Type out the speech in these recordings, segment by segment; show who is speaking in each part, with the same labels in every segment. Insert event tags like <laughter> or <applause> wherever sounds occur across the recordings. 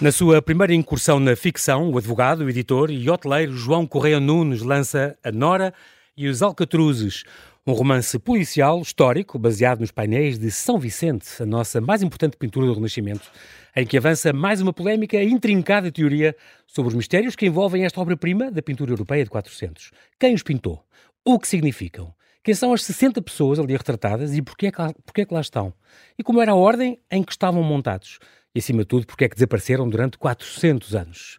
Speaker 1: Na sua primeira incursão na ficção, o advogado, o editor e hoteleiro João Correia Nunes lança A Nora e os Alcatruzes, um romance policial histórico baseado nos painéis de São Vicente, a nossa mais importante pintura do Renascimento, em que avança mais uma polémica e intrincada teoria sobre os mistérios que envolvem esta obra-prima da pintura europeia de 400. Quem os pintou? O que significam? Quem são as 60 pessoas ali retratadas e porquê é que lá, porquê é que lá estão? E como era a ordem em que estavam montados? E, acima de tudo, porque é que desapareceram durante 400 anos?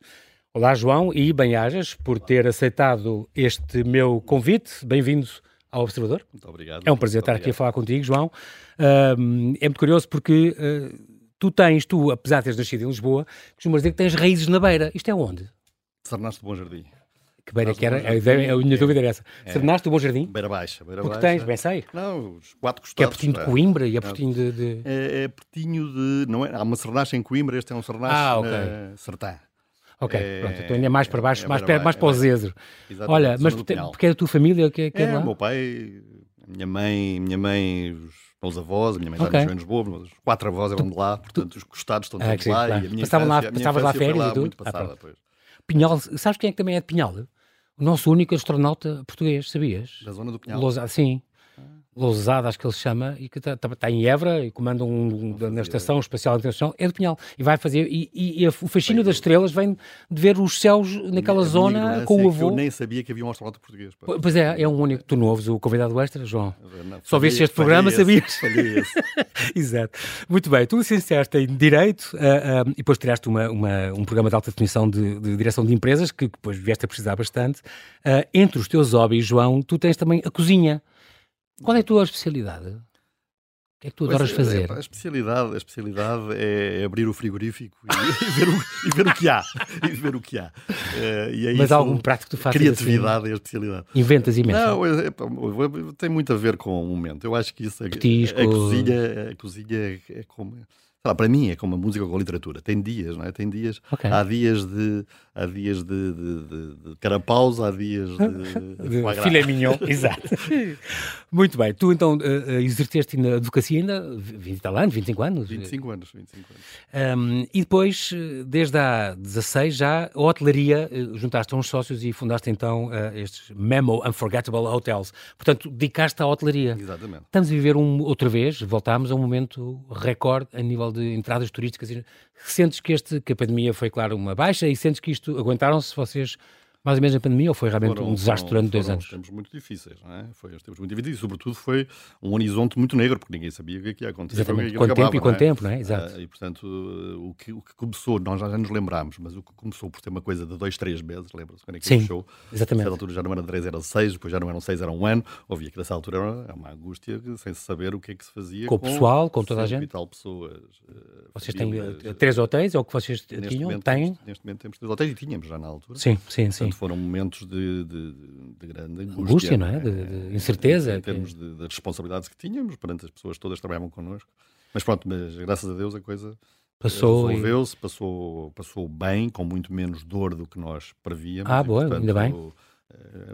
Speaker 1: Olá, João, e bem-ajas por ter aceitado este meu convite. Bem-vindo ao Observador.
Speaker 2: Muito obrigado.
Speaker 1: É um prazer
Speaker 2: Muito
Speaker 1: estar aqui a
Speaker 2: obrigado.
Speaker 1: falar contigo, João. Ahm, é muito curioso porque ah, tu tens, tu, apesar de teres nascido em Lisboa, costumas dizer que tens raízes na beira. Isto é onde?
Speaker 2: Sernaste do Bom Jardim.
Speaker 1: Que beira
Speaker 2: Nós
Speaker 1: que era?
Speaker 2: no
Speaker 1: A, ideia, a minha
Speaker 2: Jardim,
Speaker 1: dúvida era essa. É. Sernaste do Bom Jardim?
Speaker 2: Beira Baixa. Beira
Speaker 1: Porque
Speaker 2: Baixa.
Speaker 1: tens, bem sei,
Speaker 2: Não, os quatro costados.
Speaker 1: que é pertinho de
Speaker 2: pá.
Speaker 1: Coimbra e é pertinho de... de-
Speaker 2: É, é pertinho de. Não é, há uma sernache em Coimbra, este é um sernache
Speaker 1: Ah, ok.
Speaker 2: na Sertã.
Speaker 1: Ok,
Speaker 2: É-
Speaker 1: pronto, então ainda é mais para baixo,
Speaker 2: é
Speaker 1: mais,
Speaker 2: beira
Speaker 1: para,
Speaker 2: baixa,
Speaker 1: mais para o
Speaker 2: é beira-
Speaker 1: Zezer.
Speaker 2: Exatamente,
Speaker 1: Olha, mas
Speaker 2: zona do
Speaker 1: tu te-
Speaker 2: Pinhal.
Speaker 1: porque é a tua família que, que é,
Speaker 2: É,
Speaker 1: de lá?
Speaker 2: o meu pai, a minha mãe, a minha mãe, os meus avós, a minha mãe já
Speaker 1: Ok.
Speaker 2: nasceu em Lisboa, mas os quatro avós eram de lá, portanto os costados estão
Speaker 1: Ah,
Speaker 2: todos
Speaker 1: que
Speaker 2: lá.
Speaker 1: sim, claro.
Speaker 2: E a minha
Speaker 1: Passavam lá-
Speaker 2: infância- a minha
Speaker 1: passavas lá
Speaker 2: infância foi
Speaker 1: férias e tudo?
Speaker 2: Muito
Speaker 1: Ah,
Speaker 2: passada,
Speaker 1: pronto.
Speaker 2: pois.
Speaker 1: Pinhal, sabes quem é que também é de Pinhal? O nosso único astronauta português, sabias?
Speaker 2: Da zona do Pinhal. Ah.
Speaker 1: Lousada, sim. Lousada, acho que ele se chama, e que está em Évora e comanda um, da- na Estação Espacial Internacional, é de Pinhal. E vai fazer. E, e- e o fascínio das estrelas vem de ver os céus naquela
Speaker 2: A minha
Speaker 1: zona
Speaker 2: ignorância
Speaker 1: com o
Speaker 2: é que
Speaker 1: avô.
Speaker 2: Eu nem sabia que havia um astronauta português. pá.
Speaker 1: Pois é, é um único. Tu não ouves o convidado extra, João.
Speaker 2: Não,
Speaker 1: Só viste
Speaker 2: falhei-
Speaker 1: este programa,
Speaker 2: falhei
Speaker 1: sabias?
Speaker 2: esse, falhei esse.
Speaker 1: <laughs> Exato. Muito bem, tu licenciaste em Direito ah, ah, e depois tiraste uma, uma- um programa de alta definição de, de direção de empresas, que depois vieste a precisar bastante. Ah, entre os teus hobbies, João, tu tens também a cozinha. Qual é a tua especialidade? O que é que tu
Speaker 2: Pois,
Speaker 1: adoras
Speaker 2: é,
Speaker 1: fazer?
Speaker 2: pá, A especialidade, a especialidade é é abrir o frigorífico e, <laughs> e ver, o, e ver o que há. E ver o que há. Eh, e é
Speaker 1: Mas
Speaker 2: isso,
Speaker 1: há algum prato que tu fazes
Speaker 2: Criatividade é a especialidade.
Speaker 1: Assim? Inventas imenso.
Speaker 2: Não, é- é pá, tem muito a ver com o momento. Eu acho que isso, a, a-
Speaker 1: Petiscos.
Speaker 2: a cozinha, a cozinha é como... sei lá, para mim é como a música com a literatura. Tem dias, não é? Tem dias.
Speaker 1: Ok.
Speaker 2: Há dias de, há dias de, de, de- de carapaus, há dias
Speaker 1: <laughs>
Speaker 2: de, de
Speaker 1: De
Speaker 2: foie gras.
Speaker 1: filé
Speaker 2: <laughs>
Speaker 1: mignon, exato. Muito bem, tu então ah, ah, exerceste na advocacia ainda 20 e tal anos, 25 anos?
Speaker 2: 25 anos, 25 anos.
Speaker 1: Um, e depois, eh, desde há 16 já, a hotelaria, eh, juntaste a uns sócios e fundaste então eh, estes Memo Unforgettable Hotels. Portanto, dedicaste à hotelaria.
Speaker 2: Exatamente.
Speaker 1: Estamos a viver um, outra vez, voltámos a um momento recorde a nível de entradas turísticas. Sentes que, este, que a pandemia foi, claro, uma baixa e sentes que isto, aguentaram-se vocês mais ou menos na pandemia ou foi realmente
Speaker 2: Foram-
Speaker 1: um desastre
Speaker 2: foram-
Speaker 1: durante dois
Speaker 2: foram
Speaker 1: anos?
Speaker 2: Os tempos muito difíceis, não é? Foi os tempos muito difíceis e, sobretudo, foi um horizonte muito negro, porque ninguém sabia o que é que ia acontecer.
Speaker 1: Exatamente.
Speaker 2: Foi o que é que
Speaker 1: Quanto tempo e
Speaker 2: acabava,
Speaker 1: quanto
Speaker 2: não é?
Speaker 1: tempo, não é? Exato.
Speaker 2: Ah, e, portanto, uh, o que, o que começou, nós já, já nos lembrámos, mas o que começou por ter uma coisa de dois, três meses, lembra-se quando é que
Speaker 1: Sim,
Speaker 2: fechou?
Speaker 1: exatamente.
Speaker 2: A certa altura já não eram três, eram seis, depois já não eram seis, era um ano. Havia que nessa altura era uma angústia que, sem se saber o que é que se fazia.
Speaker 1: Com o pessoal, com toda a
Speaker 2: cento e
Speaker 1: gente?
Speaker 2: tal pessoas. eh,
Speaker 1: Vocês têm eh,
Speaker 2: famílias,
Speaker 1: três hotéis, é o que vocês
Speaker 2: neste
Speaker 1: tinham?
Speaker 2: momento
Speaker 1: Têm?
Speaker 2: temos- Neste momento temos três hotéis e tínhamos já na altura.
Speaker 1: Sim, sim, sim.
Speaker 2: Portanto, foram momentos de, de- de- de grande angústia. eh,
Speaker 1: Angústia, não é? De- de incerteza,
Speaker 2: Em termos de- das responsabilidades que tínhamos perante as pessoas todas que trabalhavam connosco. Mas pronto, mas graças a Deus a coisa
Speaker 1: Passou e-
Speaker 2: resolveu-se, passou, passou bem, com muito menos dor do que nós prevíamos.
Speaker 1: Ah,
Speaker 2: e,
Speaker 1: boa, ainda bem.
Speaker 2: eh,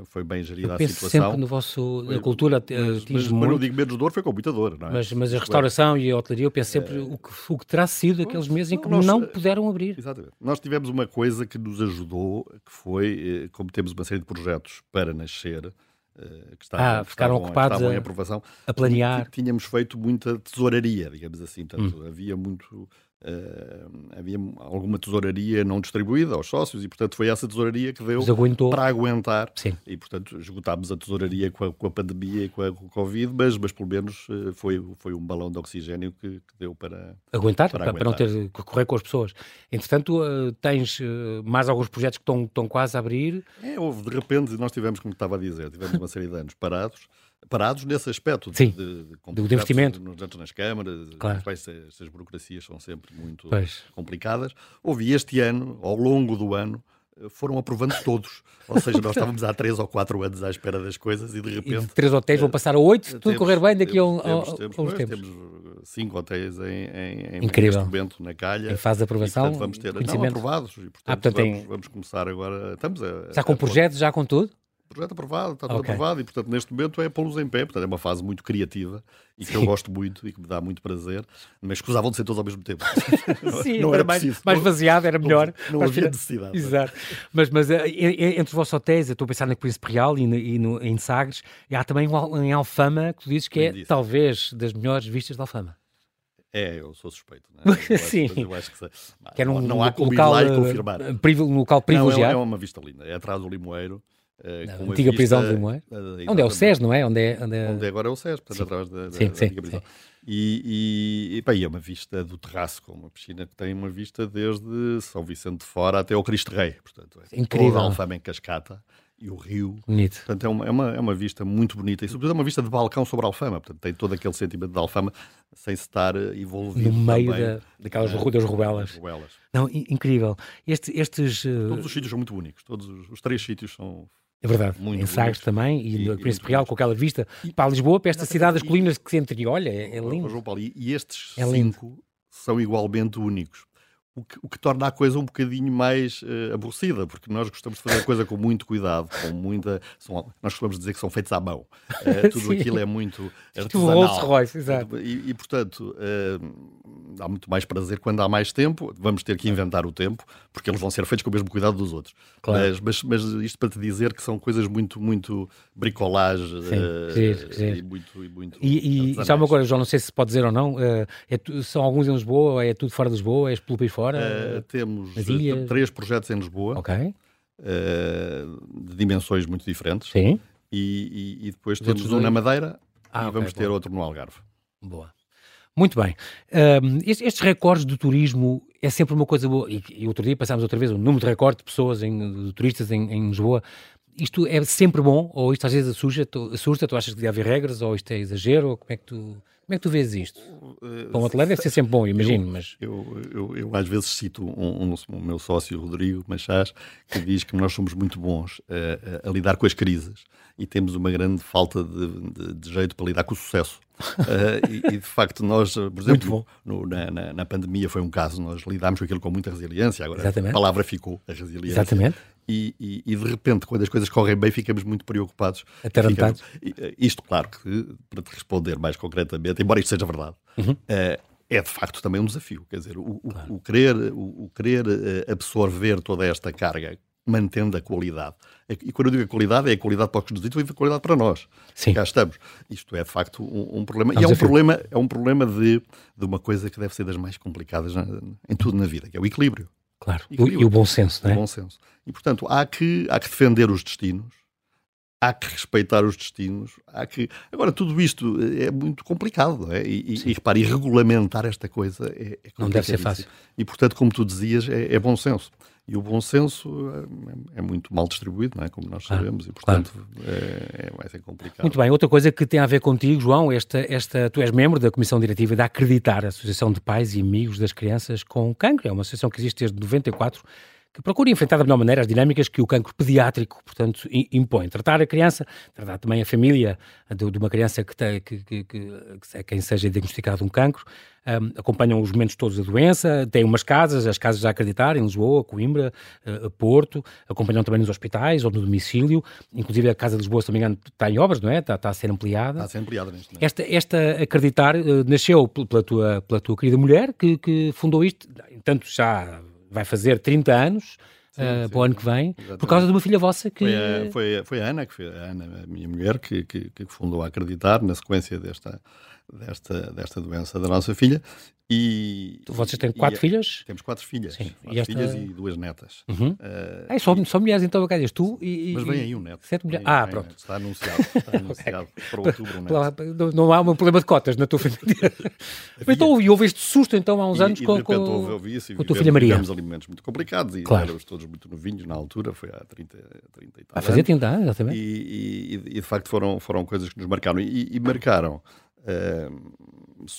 Speaker 2: Foi bem gerida
Speaker 1: Eu
Speaker 2: a
Speaker 1: penso
Speaker 2: situação.
Speaker 1: sempre no vosso, na
Speaker 2: Foi-
Speaker 1: cultura
Speaker 2: mas, mas,
Speaker 1: atinge
Speaker 2: mas não
Speaker 1: muito,
Speaker 2: digo menos dor, foi com muita dor, não é?
Speaker 1: mas, mas a
Speaker 2: Isto é,
Speaker 1: restauração e a hotelaria, eu
Speaker 2: Eh,
Speaker 1: penso sempre o, que, o que terá sido aqueles meses em que
Speaker 2: nós-
Speaker 1: não puderam abrir.
Speaker 2: Exatamente. Nós tivemos uma coisa que nos ajudou, que foi, eh, como temos uma série de projetos para nascer, eh, que estavam,
Speaker 1: Ah,
Speaker 2: que
Speaker 1: ficaram
Speaker 2: estavam- que
Speaker 1: ocupados
Speaker 2: estavam em
Speaker 1: a-
Speaker 2: aprovação,
Speaker 1: a planear. Hum.
Speaker 2: Ti- Tínhamos feito muita tesouraria, digamos assim. Portanto, havia muito. eh, havia alguma tesouraria não distribuída aos sócios e, portanto, foi essa tesouraria que deu
Speaker 1: Mas aguentou.
Speaker 2: para aguentar.
Speaker 1: Sim.
Speaker 2: E, portanto, esgotámos a tesouraria com a, com a pandemia e com a, com a Covid, mas, mas pelo menos eh, foi, foi um balão de oxigênio que, que deu para.
Speaker 1: Aguentar, para,
Speaker 2: Para
Speaker 1: para não ter que correr com as pessoas. Entretanto, eh, tens eh, mais alguns projetos que estão, estão quase a abrir.
Speaker 2: É, houve, de repente, nós tivemos, como estava a dizer, tivemos uma série de anos parados, parados nesse aspecto de,
Speaker 1: Sim,
Speaker 2: de, de
Speaker 1: do investimento.
Speaker 2: Nos anos nas câmaras,
Speaker 1: Claro.
Speaker 2: as quais se- estas burocracias são sempre muito
Speaker 1: Pois.
Speaker 2: complicadas. Houve este ano, ao longo do ano, eh, foram aprovando todos. Ou seja, nós estávamos há três ou quatro anos à espera das coisas e de
Speaker 1: E de
Speaker 2: repente. eh,
Speaker 1: três hotéis vão passar a oito, se tudo
Speaker 2: Temos-
Speaker 1: correr bem daqui a um,
Speaker 2: temos,
Speaker 1: a- a-
Speaker 2: temos,
Speaker 1: a uns
Speaker 2: pois,
Speaker 1: tempos.
Speaker 2: temos, eh, cinco hotéis em, em, em
Speaker 1: Incrível.
Speaker 2: neste momento na calha.
Speaker 1: Em fase de
Speaker 2: E,
Speaker 1: aprovação,
Speaker 2: portanto, vamos ter não,
Speaker 1: conhecimento. Ah,
Speaker 2: aprovados. E, portanto,
Speaker 1: portanto, tem-
Speaker 2: vamos, vamos começar agora. Estamos eh, a,
Speaker 1: Já com um
Speaker 2: a-
Speaker 1: projetos, já com tudo?
Speaker 2: projeto aprovado, está tudo
Speaker 1: Ok.
Speaker 2: aprovado e, portanto, neste momento é pô-los em pé. Portanto, é uma fase muito criativa e que eu gosto muito e que me dá muito prazer, mas escusavam de ser todos ao mesmo tempo.
Speaker 1: <laughs> Sim,
Speaker 2: não
Speaker 1: era
Speaker 2: era
Speaker 1: mais,
Speaker 2: preciso.
Speaker 1: mais
Speaker 2: Não-
Speaker 1: baseado, era melhor.
Speaker 2: não
Speaker 1: Mas
Speaker 2: havia
Speaker 1: tira-
Speaker 2: necessidade.
Speaker 1: Exato. Mas, mas eh, e- e- entre os vossos hotéis, eu estou a pensar na Príncipe Real e, no- e no- em Sagres, e há também um al- em Alfama, que tu dizes que
Speaker 2: Bem
Speaker 1: é
Speaker 2: dito.
Speaker 1: talvez das melhores vistas de Alfama.
Speaker 2: É, eu sou suspeito. Né? Eu acho-
Speaker 1: Sim.
Speaker 2: mas Eu acho que, sei.
Speaker 1: Que era um
Speaker 2: não, não há
Speaker 1: lo-
Speaker 2: como ir
Speaker 1: local,
Speaker 2: lá e
Speaker 1: eh,
Speaker 2: confirmar.
Speaker 1: privil- um local
Speaker 2: Não, é, é
Speaker 1: privilegiado.
Speaker 2: uma vista linda. É atrás do Limoeiro. eh,
Speaker 1: Da
Speaker 2: com uma
Speaker 1: antiga prisão
Speaker 2: vista-
Speaker 1: do Limoeiro?
Speaker 2: eh,
Speaker 1: Onde é o
Speaker 2: exatamente.
Speaker 1: SES, não é? Onde é, onde é-
Speaker 2: Onde agora é o SES, portanto,
Speaker 1: Sim.
Speaker 2: atrás da, da,
Speaker 1: Sim,
Speaker 2: da
Speaker 1: sim,
Speaker 2: antiga prisão. E, e, e, pá, e é uma vista do terraço, com uma piscina que tem uma vista desde São Vicente de Fora até ao Cristo Rei. Portanto, é
Speaker 1: Incrível.
Speaker 2: Toda a Alfama em cascata e o rio.
Speaker 1: Bonito.
Speaker 2: Portanto, é uma, é, uma, é uma vista muito bonita e, sobretudo, é uma vista de balcão sobre a Alfama. Portanto, tem todo aquele sentimento da Alfama sem se estar eh, envolvido
Speaker 1: No meio
Speaker 2: também É.
Speaker 1: da, daquelas
Speaker 2: na-
Speaker 1: ru- das ruelas.
Speaker 2: nas ruelas.
Speaker 1: Não, i- incrível. Este- estes. eh,
Speaker 2: Todos os sítios são muito únicos. Todos os, os três sítios são.
Speaker 1: é verdade.
Speaker 2: muito
Speaker 1: em Sagres
Speaker 2: bonitos.
Speaker 1: também e,
Speaker 2: E-
Speaker 1: no
Speaker 2: e
Speaker 1: Príncipe
Speaker 2: muito
Speaker 1: Real,
Speaker 2: bonitos.
Speaker 1: com aquela vista para Lisboa, para esta cidade das
Speaker 2: e-
Speaker 1: colinas que se entreolha. É, é lindo.
Speaker 2: João Paulo, e- e estes
Speaker 1: É lindo.
Speaker 2: cinco são igualmente únicos. O que, o que torna a coisa um bocadinho mais eh, aborrecida, porque nós gostamos de fazer a coisa com muito cuidado, com muita. são- nós costumamos dizer que são feitos à mão. Eh,
Speaker 1: <laughs>
Speaker 2: tudo
Speaker 1: Sim.
Speaker 2: aquilo é muito
Speaker 1: Tipo Rolls
Speaker 2: artesanal.
Speaker 1: Royce, exato.
Speaker 2: E, e, portanto, eh, dá muito mais prazer quando há mais tempo. Vamos ter que inventar o tempo, porque eles vão ser feitos com o mesmo cuidado dos outros.
Speaker 1: Claro.
Speaker 2: Mas, mas, mas isto para te dizer que são coisas muito, muito bricolage
Speaker 1: Sim,
Speaker 2: eh,
Speaker 1: giro, giro.
Speaker 2: e muito. E, muito
Speaker 1: E, e, e já uma
Speaker 2: artesanais.
Speaker 1: coisa, João, não sei se pode dizer ou não, eh, é tu- são alguns em Lisboa, ou é tudo fora de Lisboa, é pelo país fora?
Speaker 2: Uh, temos
Speaker 1: nas
Speaker 2: uh,
Speaker 1: ilhas?
Speaker 2: três projetos em Lisboa,
Speaker 1: ah, ok,
Speaker 2: uh, de dimensões muito diferentes,
Speaker 1: sim.
Speaker 2: e, e- e depois
Speaker 1: Os
Speaker 2: temos
Speaker 1: outros
Speaker 2: um na
Speaker 1: dois?
Speaker 2: Madeira
Speaker 1: Ah,
Speaker 2: e
Speaker 1: ok,
Speaker 2: vamos ter
Speaker 1: boa.
Speaker 2: outro no Algarve.
Speaker 1: Boa. Muito bem. Ahm, estes, estes recordes do turismo é sempre uma coisa boa. E, e outro dia passámos outra vez o número de recorde de pessoas, em, de turistas em, em Lisboa. Isto é sempre bom? Ou isto às vezes assusta? Tu, assusta, tu achas que devia haver regras? Ou isto é exagero? Ou Como é que tu, como é que tu vês isto?
Speaker 2: Uh,
Speaker 1: Para um hoteleiro deve ser sempre bom, imagino, mas...
Speaker 2: eu, eu- eu às vezes cito um, um- o meu sócio Rodrigo Machás, que diz que nós somos muito bons uh, a, a lidar com as crises e temos uma grande falta de, de- de jeito para lidar com o sucesso. Uh, e, e, de facto, nós, uh, por exemplo, no- na, na- na pandemia foi um caso, nós lidámos com aquilo com muita resiliência. Agora,
Speaker 1: Exatamente.
Speaker 2: a palavra ficou, a resiliência.
Speaker 1: Exatamente.
Speaker 2: E, e- e, de repente, quando as coisas correm bem, ficamos muito preocupados.
Speaker 1: Atarantados.
Speaker 2: Ficamos- e, eh, Isto, claro, que para te responder mais concretamente, embora isto seja verdade,
Speaker 1: Uhum.
Speaker 2: eh, é de facto também um desafio. Quer dizer, o, o- o querer, o, o querer eh, absorver toda esta carga, mantendo a qualidade. E quando eu digo a qualidade, é a qualidade para os que nos visitam e a qualidade para nós.
Speaker 1: Sim.
Speaker 2: Cá estamos. Isto é de facto um, um problema.
Speaker 1: um
Speaker 2: e é um
Speaker 1: desafio.
Speaker 2: problema, é um problema de, de uma coisa que deve ser das mais complicadas na- em tudo na vida, que é o equilíbrio
Speaker 1: Claro. E, o- e o bom senso, não
Speaker 2: de
Speaker 1: é?
Speaker 2: bom senso. E, portanto, há que, há que defender os destinos, há que respeitar os destinos, há que... Agora, tudo isto é muito complicado, não é? E, e, e repare, e regulamentar esta coisa é, é
Speaker 1: Não deve ser
Speaker 2: complicadíssimo.
Speaker 1: fácil.
Speaker 2: E, portanto, como tu dizias, é, é bom senso. E o bom senso eh, é, é muito mal distribuído, não é? Como nós
Speaker 1: Claro,
Speaker 2: sabemos, e, portanto, é, é- vai ser complicado.
Speaker 1: Muito bem, outra coisa que tem a ver contigo, João, esta, esta, tu és membro da Comissão Diretiva da Acreditar, a Associação de Pais e Amigos das Crianças com Cancro. É uma associação que existe desde 94, que procura enfrentar da melhor maneira as dinâmicas que o cancro pediátrico, portanto, i- impõe. Tratar a criança, tratar também a família de, de uma criança que, tem, que, que, que- que se- a quem seja diagnosticado um cancro, ahm, acompanham os momentos todos da doença, têm umas casas, as casas a acreditar, em Lisboa, Coimbra, eh, a Porto, acompanham também nos hospitais ou no domicílio, inclusive a Casa de Lisboa, se não me engano, está em obras, não é? Está, está a ser ampliada.
Speaker 2: Está a ser ampliado neste momento.
Speaker 1: Esta, esta acreditar eh, nasceu pel- pela tua, pela tua querida mulher que, que fundou isto, tanto já vai fazer 30 anos,
Speaker 2: Sim,
Speaker 1: eh,
Speaker 2: sim,
Speaker 1: para o ano
Speaker 2: sim.
Speaker 1: que vem, por
Speaker 2: Exatamente.
Speaker 1: causa de uma filha vossa que.
Speaker 2: Foi a, foi, a- foi a Ana, que foi a, Ana, a minha mulher, que, que, que fundou a acreditar na sequência desta, desta, desta doença da nossa filha. E,
Speaker 1: Vocês têm
Speaker 2: e-
Speaker 1: quatro
Speaker 2: e-
Speaker 1: filhas?
Speaker 2: Temos quatro filhas.
Speaker 1: Sim, e
Speaker 2: Quatro
Speaker 1: esta-
Speaker 2: filhas e duas netas. Eh,
Speaker 1: Ah, só, só mulheres então, calhas tu e. e-
Speaker 2: mas vem aí um neto.
Speaker 1: Sete
Speaker 2: Vem
Speaker 1: mulheres.
Speaker 2: aí-
Speaker 1: Ah,
Speaker 2: vem
Speaker 1: pronto.
Speaker 2: neto. Está anunciado.
Speaker 1: <laughs>
Speaker 2: Está anunciado para outubro um neto.
Speaker 1: Pela- não, não há um problema de cotas na tua
Speaker 2: <laughs>
Speaker 1: família. então, e houve este susto então há uns
Speaker 2: E-
Speaker 1: anos
Speaker 2: e,
Speaker 1: com,
Speaker 2: de repente
Speaker 1: com-
Speaker 2: houve- houve isso e
Speaker 1: com a tua
Speaker 2: vivemos-
Speaker 1: filha Maria.
Speaker 2: Vivemos alimentos muito complicados e
Speaker 1: Claro.
Speaker 2: éramos todos muito novinhos na altura, foi há 30, 30 e tal
Speaker 1: A fazer
Speaker 2: anos.
Speaker 1: 30 anos, exatamente.
Speaker 2: E, e- e, de facto foram, foram coisas que nos marcaram e, e marcaram ehm,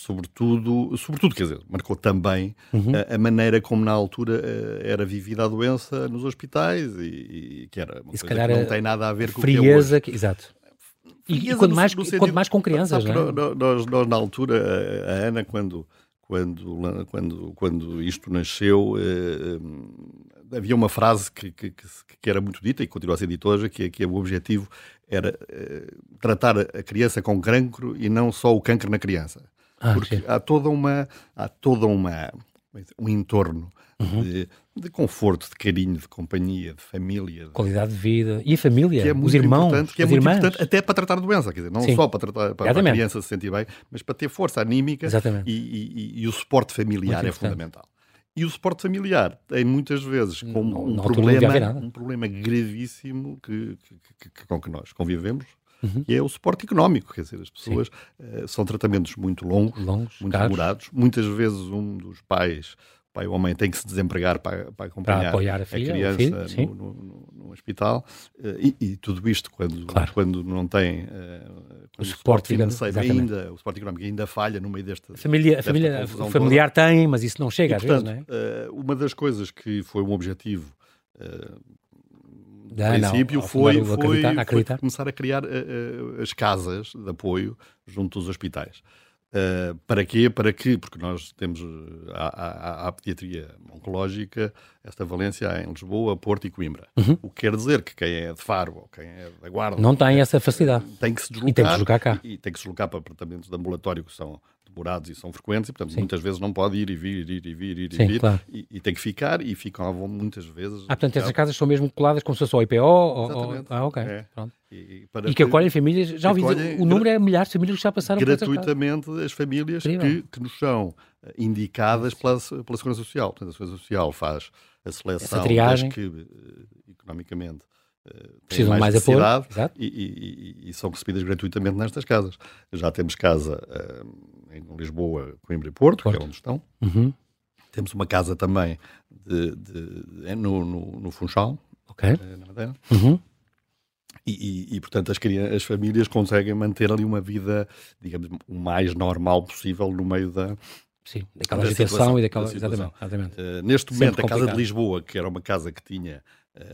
Speaker 2: sobretudo, sobretudo quer dizer, marcou também
Speaker 1: Uhum.
Speaker 2: eh, a, a maneira como na altura eh, era vivida a doença nos hospitais e, e que era uma
Speaker 1: E se
Speaker 2: coisa
Speaker 1: calhar
Speaker 2: que
Speaker 1: a
Speaker 2: não tem nada a ver com o que é hoje.
Speaker 1: Frieza, que- exato. E- E,
Speaker 2: Frieza
Speaker 1: quanto,
Speaker 2: no-
Speaker 1: mais,
Speaker 2: no
Speaker 1: e
Speaker 2: sentido-
Speaker 1: quanto mais com crianças,
Speaker 2: Sabe que
Speaker 1: não é?
Speaker 2: nó- nó- nós, nós, na altura, a, a Ana, quando, quando, lan- quando, quando isto nasceu, eh, eh, havia uma frase que, que, que, que, era muito dita e continua a ser dita hoje, que, que o objetivo era uh, tratar a criança com cancro e não só o cancro na criança. Ah, Porque sim. há toda uma... Há toda uma um entorno uhum. de, de, conforto, de carinho, de companhia, de família. De...
Speaker 1: Qualidade de vida. E a família, é os irmãos,
Speaker 2: que é
Speaker 1: os
Speaker 2: muito
Speaker 1: irmãs.
Speaker 2: importante até para tratar a doença, quer dizer, não Sim. só para, tratar, para a criança se sentir bem, mas para ter força anímica e, e, e, o suporte familiar é fundamental. E o suporte familiar tem muitas vezes como não, um, não problema, um problema gravíssimo que, que, que, com que nós convivemos, Uhum. que é o suporte económico. Quer dizer, as pessoas uh, são tratamentos muito longos, longos muito caros. demorados. Muitas vezes um dos pais, o pai ou a mãe, tem que se desempregar para, para acompanhar
Speaker 1: para a, filha,
Speaker 2: a, criança
Speaker 1: filho,
Speaker 2: no, no, no, hospital. Uh, e, e, tudo isto quando, claro. quando não tem. Uh,
Speaker 1: o suporte
Speaker 2: financeiro ainda, o suporte económico ainda falha no meio desta.
Speaker 1: A família, desta família o familiar toda. tem, mas isso não chega e, às portanto, vezes,
Speaker 2: é? uma das coisas que foi um objetivo
Speaker 1: é? Ah,
Speaker 2: no princípio não, foi, foi,
Speaker 1: acreditar, foi acreditar.
Speaker 2: começar a criar uh, as casas de apoio junto dos hospitais. Uh, para quê? Para que? Porque nós temos eh, a, a, a, pediatria oncológica, esta valência em Lisboa, Porto e Coimbra. Uhum. O que quer dizer que quem é de Faro ou quem é da Guarda...
Speaker 1: Não tem essa facilidade.
Speaker 2: Tem que se deslocar. E
Speaker 1: tem que deslocar cá.
Speaker 2: E, e tem que se deslocar para apartamentos de ambulatório que são demorados e são frequentes e, portanto, Sim. muitas vezes não pode ir e vir, ir e vir, ir Sim, vir,
Speaker 1: claro.
Speaker 2: e vir. E, tem que ficar e ficam muitas vezes.
Speaker 1: Ah, portanto, essas casas são mesmo coladas como se fosse ao IPO? Ou, ou... Ah, ok. É. Pronto. E, e, que acolhem famílias, já ouvi dizer, o número é milhares de famílias que já passaram
Speaker 2: gratuitamente por as famílias que, que, nos são indicadas pela, pela Segurança Social. Portanto, a Segurança Social faz a seleção das que eh, economicamente eh,
Speaker 1: precisam mais, mais apoio
Speaker 2: e, e, e, e, são recebidas gratuitamente nestas casas. Já temos casa uh, em Lisboa, Coimbra e Porto, Porto. que é onde estão.
Speaker 1: Uhum.
Speaker 2: Temos uma casa também de, de, é no, no, no, Funchal,
Speaker 1: okay.
Speaker 2: na Madeira.
Speaker 1: Uhum.
Speaker 2: E, portanto, as, as, famílias conseguem manter ali uma vida, digamos, o mais normal possível no meio da,
Speaker 1: Sim, daquela da agitação e daquela. Da exatamente, exatamente.
Speaker 2: Uh, neste momento, Sempre a complicado. Casa de Lisboa, que era uma casa que tinha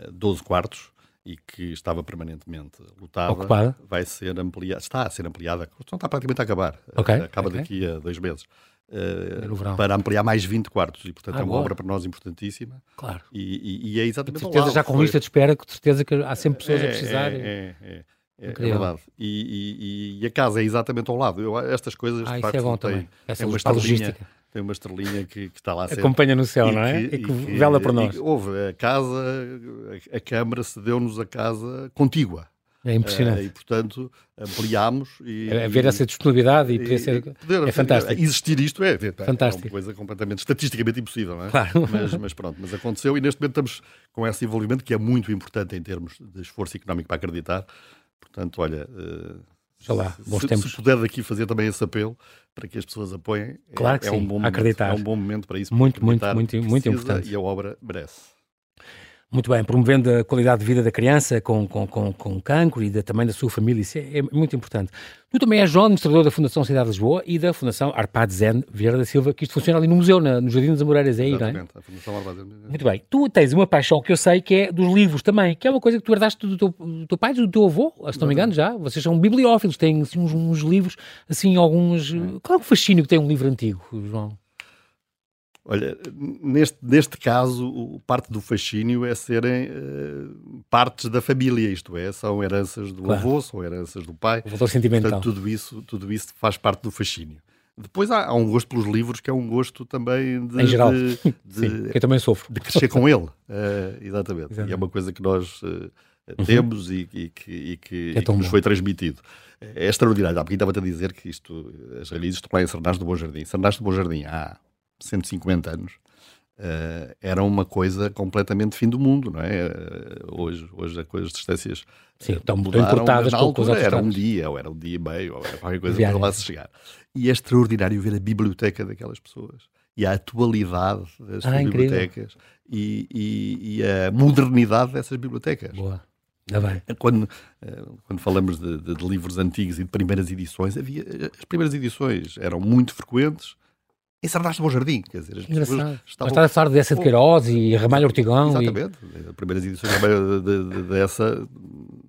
Speaker 2: uh, 12 quartos, e que estava permanentemente lutada,
Speaker 1: Ocupada.
Speaker 2: vai ser ampliada, está a ser ampliada, a construção está praticamente a acabar, Eh,
Speaker 1: okay,
Speaker 2: acaba
Speaker 1: okay.
Speaker 2: daqui a dois meses, uh, para ampliar mais 20 quartos, e portanto ah, é uma boa. obra para nós importantíssima.
Speaker 1: Claro.
Speaker 2: E, e, e é exatamente
Speaker 1: Com certeza, já com foi... lista de espera, com certeza que há sempre pessoas
Speaker 2: é,
Speaker 1: a precisar.
Speaker 2: É, é, é verdade. E, e, a casa é exatamente ao lado. Eu, estas coisas,
Speaker 1: ah,
Speaker 2: de facto,
Speaker 1: é bom
Speaker 2: tem,
Speaker 1: também. Essa É
Speaker 2: é uma logística tem uma estrelinha que, que, está lá sempre.
Speaker 1: Acompanha no céu,
Speaker 2: e
Speaker 1: não é?
Speaker 2: Que,
Speaker 1: e que, e vela por nós.
Speaker 2: houve a casa, a, a Câmara cedeu-nos a casa contígua. Eh,
Speaker 1: É impressionante. Uh,
Speaker 2: e, portanto, ampliámos. E,
Speaker 1: Haver
Speaker 2: e,
Speaker 1: essa disponibilidade e, poder ser. Poder, é fantástico.
Speaker 2: Existir isto é,
Speaker 1: fantástico.
Speaker 2: É uma coisa completamente estatisticamente impossível, não é?
Speaker 1: Claro.
Speaker 2: Mas, mas, pronto, mas aconteceu e neste momento estamos com esse envolvimento que é muito importante em termos de esforço económico para acreditar. Portanto, olha. Uh,
Speaker 1: Lá,
Speaker 2: se, se, puder daqui fazer também esse apelo para que as pessoas apoiem,
Speaker 1: claro
Speaker 2: é, é um bom momento,
Speaker 1: acreditar.
Speaker 2: É um bom momento para isso.
Speaker 1: Muito, muito, muito, muito importante.
Speaker 2: E a obra merece.
Speaker 1: Muito bem, promovendo a qualidade de vida da criança com, com, com, com cancro e da, também da sua família, isso é, é, muito importante. Tu também és João, administrador da Fundação Cidade de Lisboa e da Fundação Arpad Zen Vieira da Silva, que isto funciona ali no museu, na, no Jardim das Amoreiras, é aí, não é?
Speaker 2: a Fundação Arpad Zen.
Speaker 1: Muito bem, tu tens uma paixão que eu sei que é dos livros também, que é uma coisa que tu herdaste do teu, do teu pai, do teu avô, se não me engano já, vocês são bibliófilos, têm assim, uns, uns livros, assim, alguns... Qual é o fascínio que tem um livro antigo, João?
Speaker 2: Olha, neste, neste caso, parte do fascínio é serem uh, partes da família, isto é, são heranças do claro. avô, são heranças do pai.
Speaker 1: O valor sentimental.
Speaker 2: Portanto, tudo isso, tudo isso faz parte do fascínio. Depois há, há um gosto pelos livros que é um gosto também de.
Speaker 1: Em geral. <laughs>
Speaker 2: De,
Speaker 1: de, Sim, eu também sofro.
Speaker 2: De crescer com ele. <laughs> Uh, exatamente. exatamente. E é uma coisa que nós. Uh, temos uhum. e, e, que, e que,
Speaker 1: é
Speaker 2: e que nos foi transmitido. É, é extraordinário. Há bocadinho estava-te a dizer que isto, as raízes estão lá em Sernás do Bom Jardim. Sernás do Bom Jardim há 150 anos, uh, era uma coisa completamente fim do mundo, não é? Uh, hoje, hoje as distâncias
Speaker 1: Sim, estão mudaram, importadas
Speaker 2: Então na altura era um dia, ou era um dia e meio, ou era qualquer coisa Viagem. para lá se chegar. E é extraordinário ver a biblioteca daquelas pessoas e a atualidade das
Speaker 1: ah,
Speaker 2: bibliotecas e, e, e, a modernidade dessas bibliotecas.
Speaker 1: Boa. Tá bem.
Speaker 2: Quando, eh, quando falamos de, de, eh, de livros antigos e de primeiras edições, havia, as primeiras edições eram muito frequentes, Encerdaste o Bom Jardim, quer dizer, as
Speaker 1: Engraçado. Estavam... Estar a falar de Essa de Queiroz e Ramalho Ortigão.
Speaker 2: Exatamente. As primeiras edições de Ramalho de- de- dessa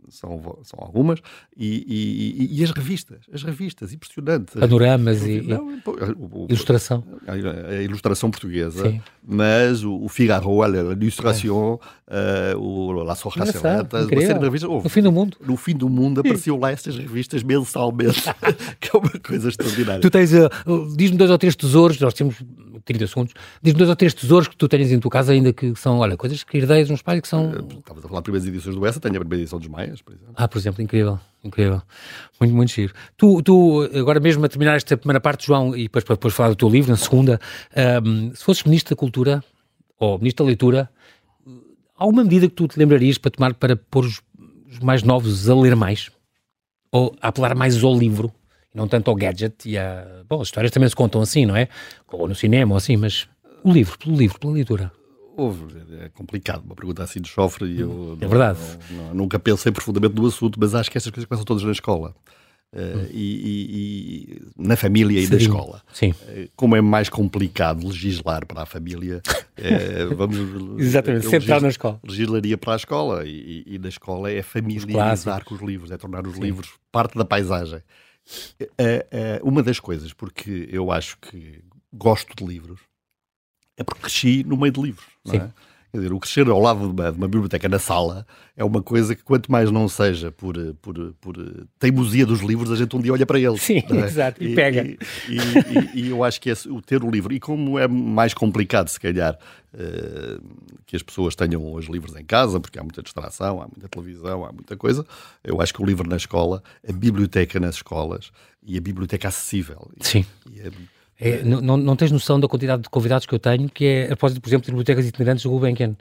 Speaker 2: são, são algumas. E, e- e- e as revistas, as revistas, impressionante.
Speaker 1: E panoramas e, e
Speaker 2: Não, pô, o- o-
Speaker 1: ilustração.
Speaker 2: a a ilustração portuguesa,
Speaker 1: Sim.
Speaker 2: mas o, o Figaro, olha, a Ilustração, eh, o La
Speaker 1: É.
Speaker 2: Sorra
Speaker 1: Engraçado,
Speaker 2: Serrata, uma
Speaker 1: incrível.
Speaker 2: série de revistas.
Speaker 1: No
Speaker 2: Houve,
Speaker 1: fim do mundo.
Speaker 2: no fim do mundo apareciam lá estas revistas mensalmente, <laughs> que é uma coisa extraordinária.
Speaker 1: Tu tens, eh, diz-me dois ou três tesouros, nós temos 30 segundos, diz-me dois ou três tesouros que tu tens em tua casa ainda que são, olha, coisas que herdeias nos pais que são...
Speaker 2: Estavas a falar de primeiras edições do Essa, tenho a primeira edição dos Maias, por exemplo.
Speaker 1: Ah, por exemplo, incrível, incrível. Muito, muito giro. Tu, tu agora mesmo a terminar esta primeira parte, João, e depois, para depois falar do teu livro, na segunda, ahm, se fosses Ministro da Cultura, ou Ministro da Leitura, há alguma medida que tu te lembrarias para tomar para pôr os, os mais novos a ler mais? Ou a apelar mais ao livro? E não tanto ao gadget e a... Bom, as histórias também se contam assim, não é? Ou no cinema, ou assim, mas o livro, pelo livro, pela leitura.
Speaker 2: Houve, é complicado, uma pergunta assim de chofre e eu
Speaker 1: É verdade.
Speaker 2: não- não- nunca pensei profundamente no assunto, mas acho que estas coisas começam todas na escola. Eh, e, e- e na família e na
Speaker 1: Uhum. Sim.
Speaker 2: escola.
Speaker 1: Sim.
Speaker 2: Eh, Como é mais complicado legislar para a família,
Speaker 1: <laughs>
Speaker 2: eh, vamos.
Speaker 1: Exatamente,
Speaker 2: eu
Speaker 1: central
Speaker 2: legis-
Speaker 1: na escola.
Speaker 2: Legislaria para a escola e, e- e na escola é familiarizar com os livros, é tornar os livros parte da paisagem. Eh, eh, uma das coisas, porque eu acho que gosto de livros, é porque cresci no meio de livros. não é?
Speaker 1: Sim.
Speaker 2: Quer dizer, o crescer ao lado de uma, de uma biblioteca na sala é uma coisa que, quanto mais não seja por, eh, por, eh, por eh, teimosia dos livros, a gente um dia olha para eles.
Speaker 1: Sim,
Speaker 2: não
Speaker 1: <laughs>
Speaker 2: é?
Speaker 1: exato, e pega.
Speaker 2: E, e- e eu acho que esse- o ter o livro, e como é mais complicado, se calhar, eh, que as pessoas tenham os livros em casa, porque há muita distração, há muita televisão, há muita coisa, eu acho que o livro na escola, a biblioteca nas escolas e a biblioteca acessível. E-
Speaker 1: Sim.
Speaker 2: e a-
Speaker 1: É, não, não- não tens noção da quantidade de convidados que eu tenho, que é a propósito, por exemplo, de bibliotecas itinerantes do Gulbenkian,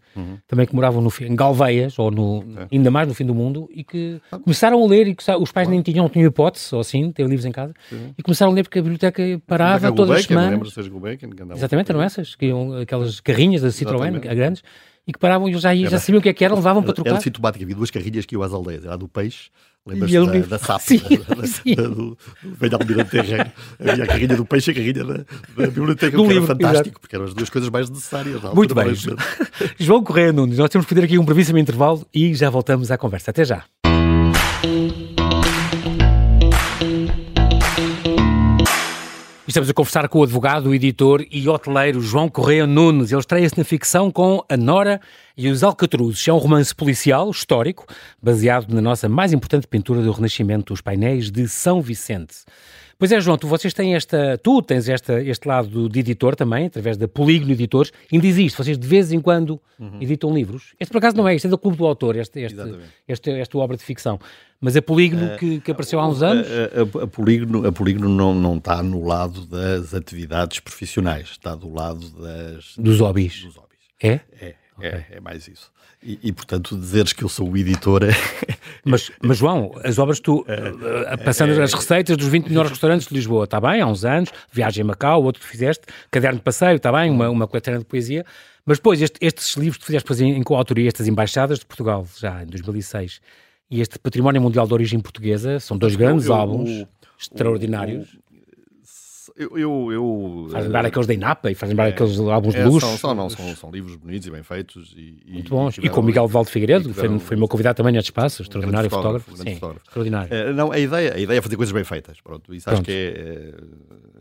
Speaker 1: também que moravam no, fi- em Galveias, ou no, ainda mais no fim do mundo, e que começaram a ler, e que sa- os pais nem tinham, tinham hipótese, ou assim, de ter livros em casa, e começaram a ler porque a biblioteca parava
Speaker 2: Gulbenkian,
Speaker 1: todas as
Speaker 2: não
Speaker 1: semanas.
Speaker 2: lembro se era Gulbenkian que andava-
Speaker 1: Exatamente, eram essas, que iam aquelas carrinhas da Citroën,
Speaker 2: Exatamente.
Speaker 1: grandes, e que paravam e eles já, iam- já sabiam o que é que era, levavam para
Speaker 2: Era
Speaker 1: trocar.
Speaker 2: sintomático, havia duas carrilhas que iam às aldeias. Era a do peixe,
Speaker 1: E
Speaker 2: lembras-te
Speaker 1: ele
Speaker 2: da,
Speaker 1: livre.
Speaker 2: da SAP,
Speaker 1: <laughs> Sim,
Speaker 2: da, da-
Speaker 1: sim.
Speaker 2: da- do, do velho almirante terreno. Havia a carrilha do peixe e a carrilha da, da biblioteca,
Speaker 1: Do
Speaker 2: que
Speaker 1: livro,
Speaker 2: era fantástico,
Speaker 1: exato.
Speaker 2: porque eram as duas coisas mais necessárias. na
Speaker 1: Muito
Speaker 2: altura,
Speaker 1: bem.
Speaker 2: mas-
Speaker 1: <laughs> João Correia Nunes, nós temos que fazer aqui um brevíssimo intervalo e já voltamos à conversa. Até já. Estamos a conversar com o advogado, editor e hoteleiro João Correia Nunes. Ele estreia-se na ficção com A Nora e os Alcatruzes. É um romance policial, histórico, baseado na nossa mais importante pintura do Renascimento, os painéis de São Vicente. Pois é, João, tu, vocês têm esta, tu tens esta, este lado de editor também, através da Polígono Editores. Ainda existe, vocês de vez em quando editam livros. Este por acaso não é, este é do Clube do Autor, este, este,
Speaker 2: Exatamente.
Speaker 1: este- esta obra de ficção. Mas a Polígono que, que apareceu há uns
Speaker 2: eh,
Speaker 1: anos.
Speaker 2: A, a- a Polígono, a Polígono não, não está no lado das atividades profissionais, está do lado das,
Speaker 1: Dos hobbies.
Speaker 2: dos hobbies.
Speaker 1: É?
Speaker 2: É, é, é mais isso. E, e, portanto, dizeres que eu sou o editor é,
Speaker 1: Mas, mas, João, as obras tu, eh, eh, passando as receitas dos 20 melhores restaurantes de Lisboa, está bem, há uns anos, Viagem a Macau, outro que fizeste, Caderno de Passeio, está bem, uma, uma coletânea de poesia, mas depois este- estes livros que tu fizeste depois em, em coautoria, estas embaixadas de Portugal, já em 2006, e este Património Mundial de Origem Portuguesa, são dois grandes
Speaker 2: eu-
Speaker 1: álbuns
Speaker 2: o-
Speaker 1: extraordinários.
Speaker 2: Eu, eu, eu
Speaker 1: faz lembrar aqueles da INAPA e faz lembrar aqueles álbuns
Speaker 2: É,
Speaker 1: de luxo.
Speaker 2: São, são, não, são, são livros bonitos e bem feitos. E, e-
Speaker 1: Muito bons. E
Speaker 2: tiveram-
Speaker 1: com o Miguel Valde Figueiredo,
Speaker 2: e
Speaker 1: foi,
Speaker 2: tiveram- um
Speaker 1: foi meu convidado também neste espaço, extraordinário
Speaker 2: fotógrafo,
Speaker 1: fotógrafo.
Speaker 2: grande
Speaker 1: Sim,
Speaker 2: fotógrafo.
Speaker 1: extraordinário.
Speaker 2: Eh, não, a ideia, a ideia é fazer coisas bem feitas. Pronto, isso acho
Speaker 1: Pronto.
Speaker 2: que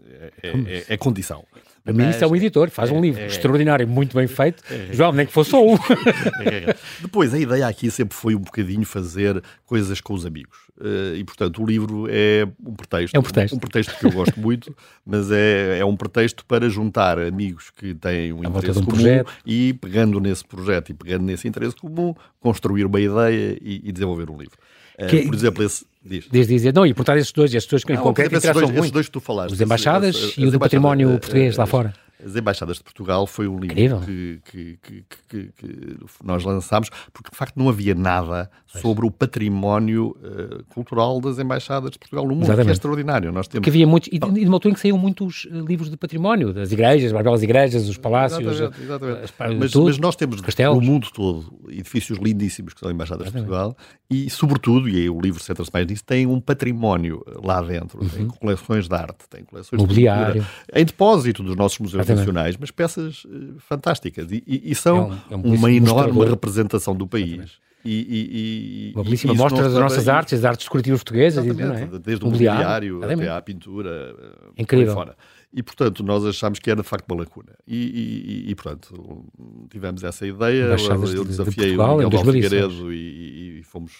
Speaker 2: é, é, é- é- é condição.
Speaker 1: Para mim, isso é um editor, faz um livro extraordinário, muito bem feito. João, nem que fosse só um. <laughs>
Speaker 2: <laughs> Depois, a ideia aqui sempre foi um bocadinho fazer coisas com os amigos. Eh, e, portanto, o livro é um pretexto.
Speaker 1: É um pretexto.
Speaker 2: que eu gosto
Speaker 1: <laughs>
Speaker 2: muito, mas é, é um pretexto para juntar amigos que têm um
Speaker 1: volta de
Speaker 2: interesse
Speaker 1: um
Speaker 2: comum
Speaker 1: projeto.
Speaker 2: e, pegando nesse projeto e pegando nesse interesse comum, construir uma ideia e, e desenvolver um livro. Eh,
Speaker 1: Que- é
Speaker 2: Por exemplo, esse. Diz.
Speaker 1: Desde dizer, não, e portar esses dois, esses dois que em
Speaker 2: Não, por
Speaker 1: concreto
Speaker 2: exemplo, esses
Speaker 1: interessam
Speaker 2: dois, esses
Speaker 1: muito.
Speaker 2: dois que tu falaste.
Speaker 1: Os
Speaker 2: esses-
Speaker 1: embaixadas
Speaker 2: esses-
Speaker 1: e o
Speaker 2: as
Speaker 1: do património
Speaker 2: embaixadas, eh,
Speaker 1: português lá
Speaker 2: eh,
Speaker 1: fora.
Speaker 2: As Embaixadas de Portugal foi um livro que, que, que, que, nós lançámos, porque de facto não havia nada pois. sobre o património uh, cultural das Embaixadas de Portugal no mundo, Exatamente. que é extraordinário. Nós temos...
Speaker 1: Porque havia muitos, e, de uma altura em que saíam muitos eh, livros de património, das igrejas, as belas igrejas, os palácios. eh,
Speaker 2: Exatamente, exatamente. As, mas, tudo, mas, nós temos castelos. no mundo todo edifícios lindíssimos que são Embaixadas exatamente. de Portugal e, sobretudo, e aí o livro centra-se mais nisso, tem um património lá dentro, uhum. tem coleções de arte, tem coleções
Speaker 1: Mobiliário. de
Speaker 2: cultura, em depósito dos nossos museus exatamente. nacionais, mas peças uh, fantásticas e, e, e são é um, é um uma enorme mostrador. representação do país.
Speaker 1: e,
Speaker 2: E,
Speaker 1: uma belíssima mostra das nossas artes, as artes decorativas portuguesas, é?
Speaker 2: desde o mobiliário até à pintura, eh,
Speaker 1: incrível. Fora.
Speaker 2: E, portanto, nós achámos que era de facto uma lacuna. E, e, e portanto, tivemos essa ideia.
Speaker 1: Baixadas
Speaker 2: eu
Speaker 1: de,
Speaker 2: desafiei
Speaker 1: de Portugal,
Speaker 2: o Miguel Figueiredo e, e, fomos.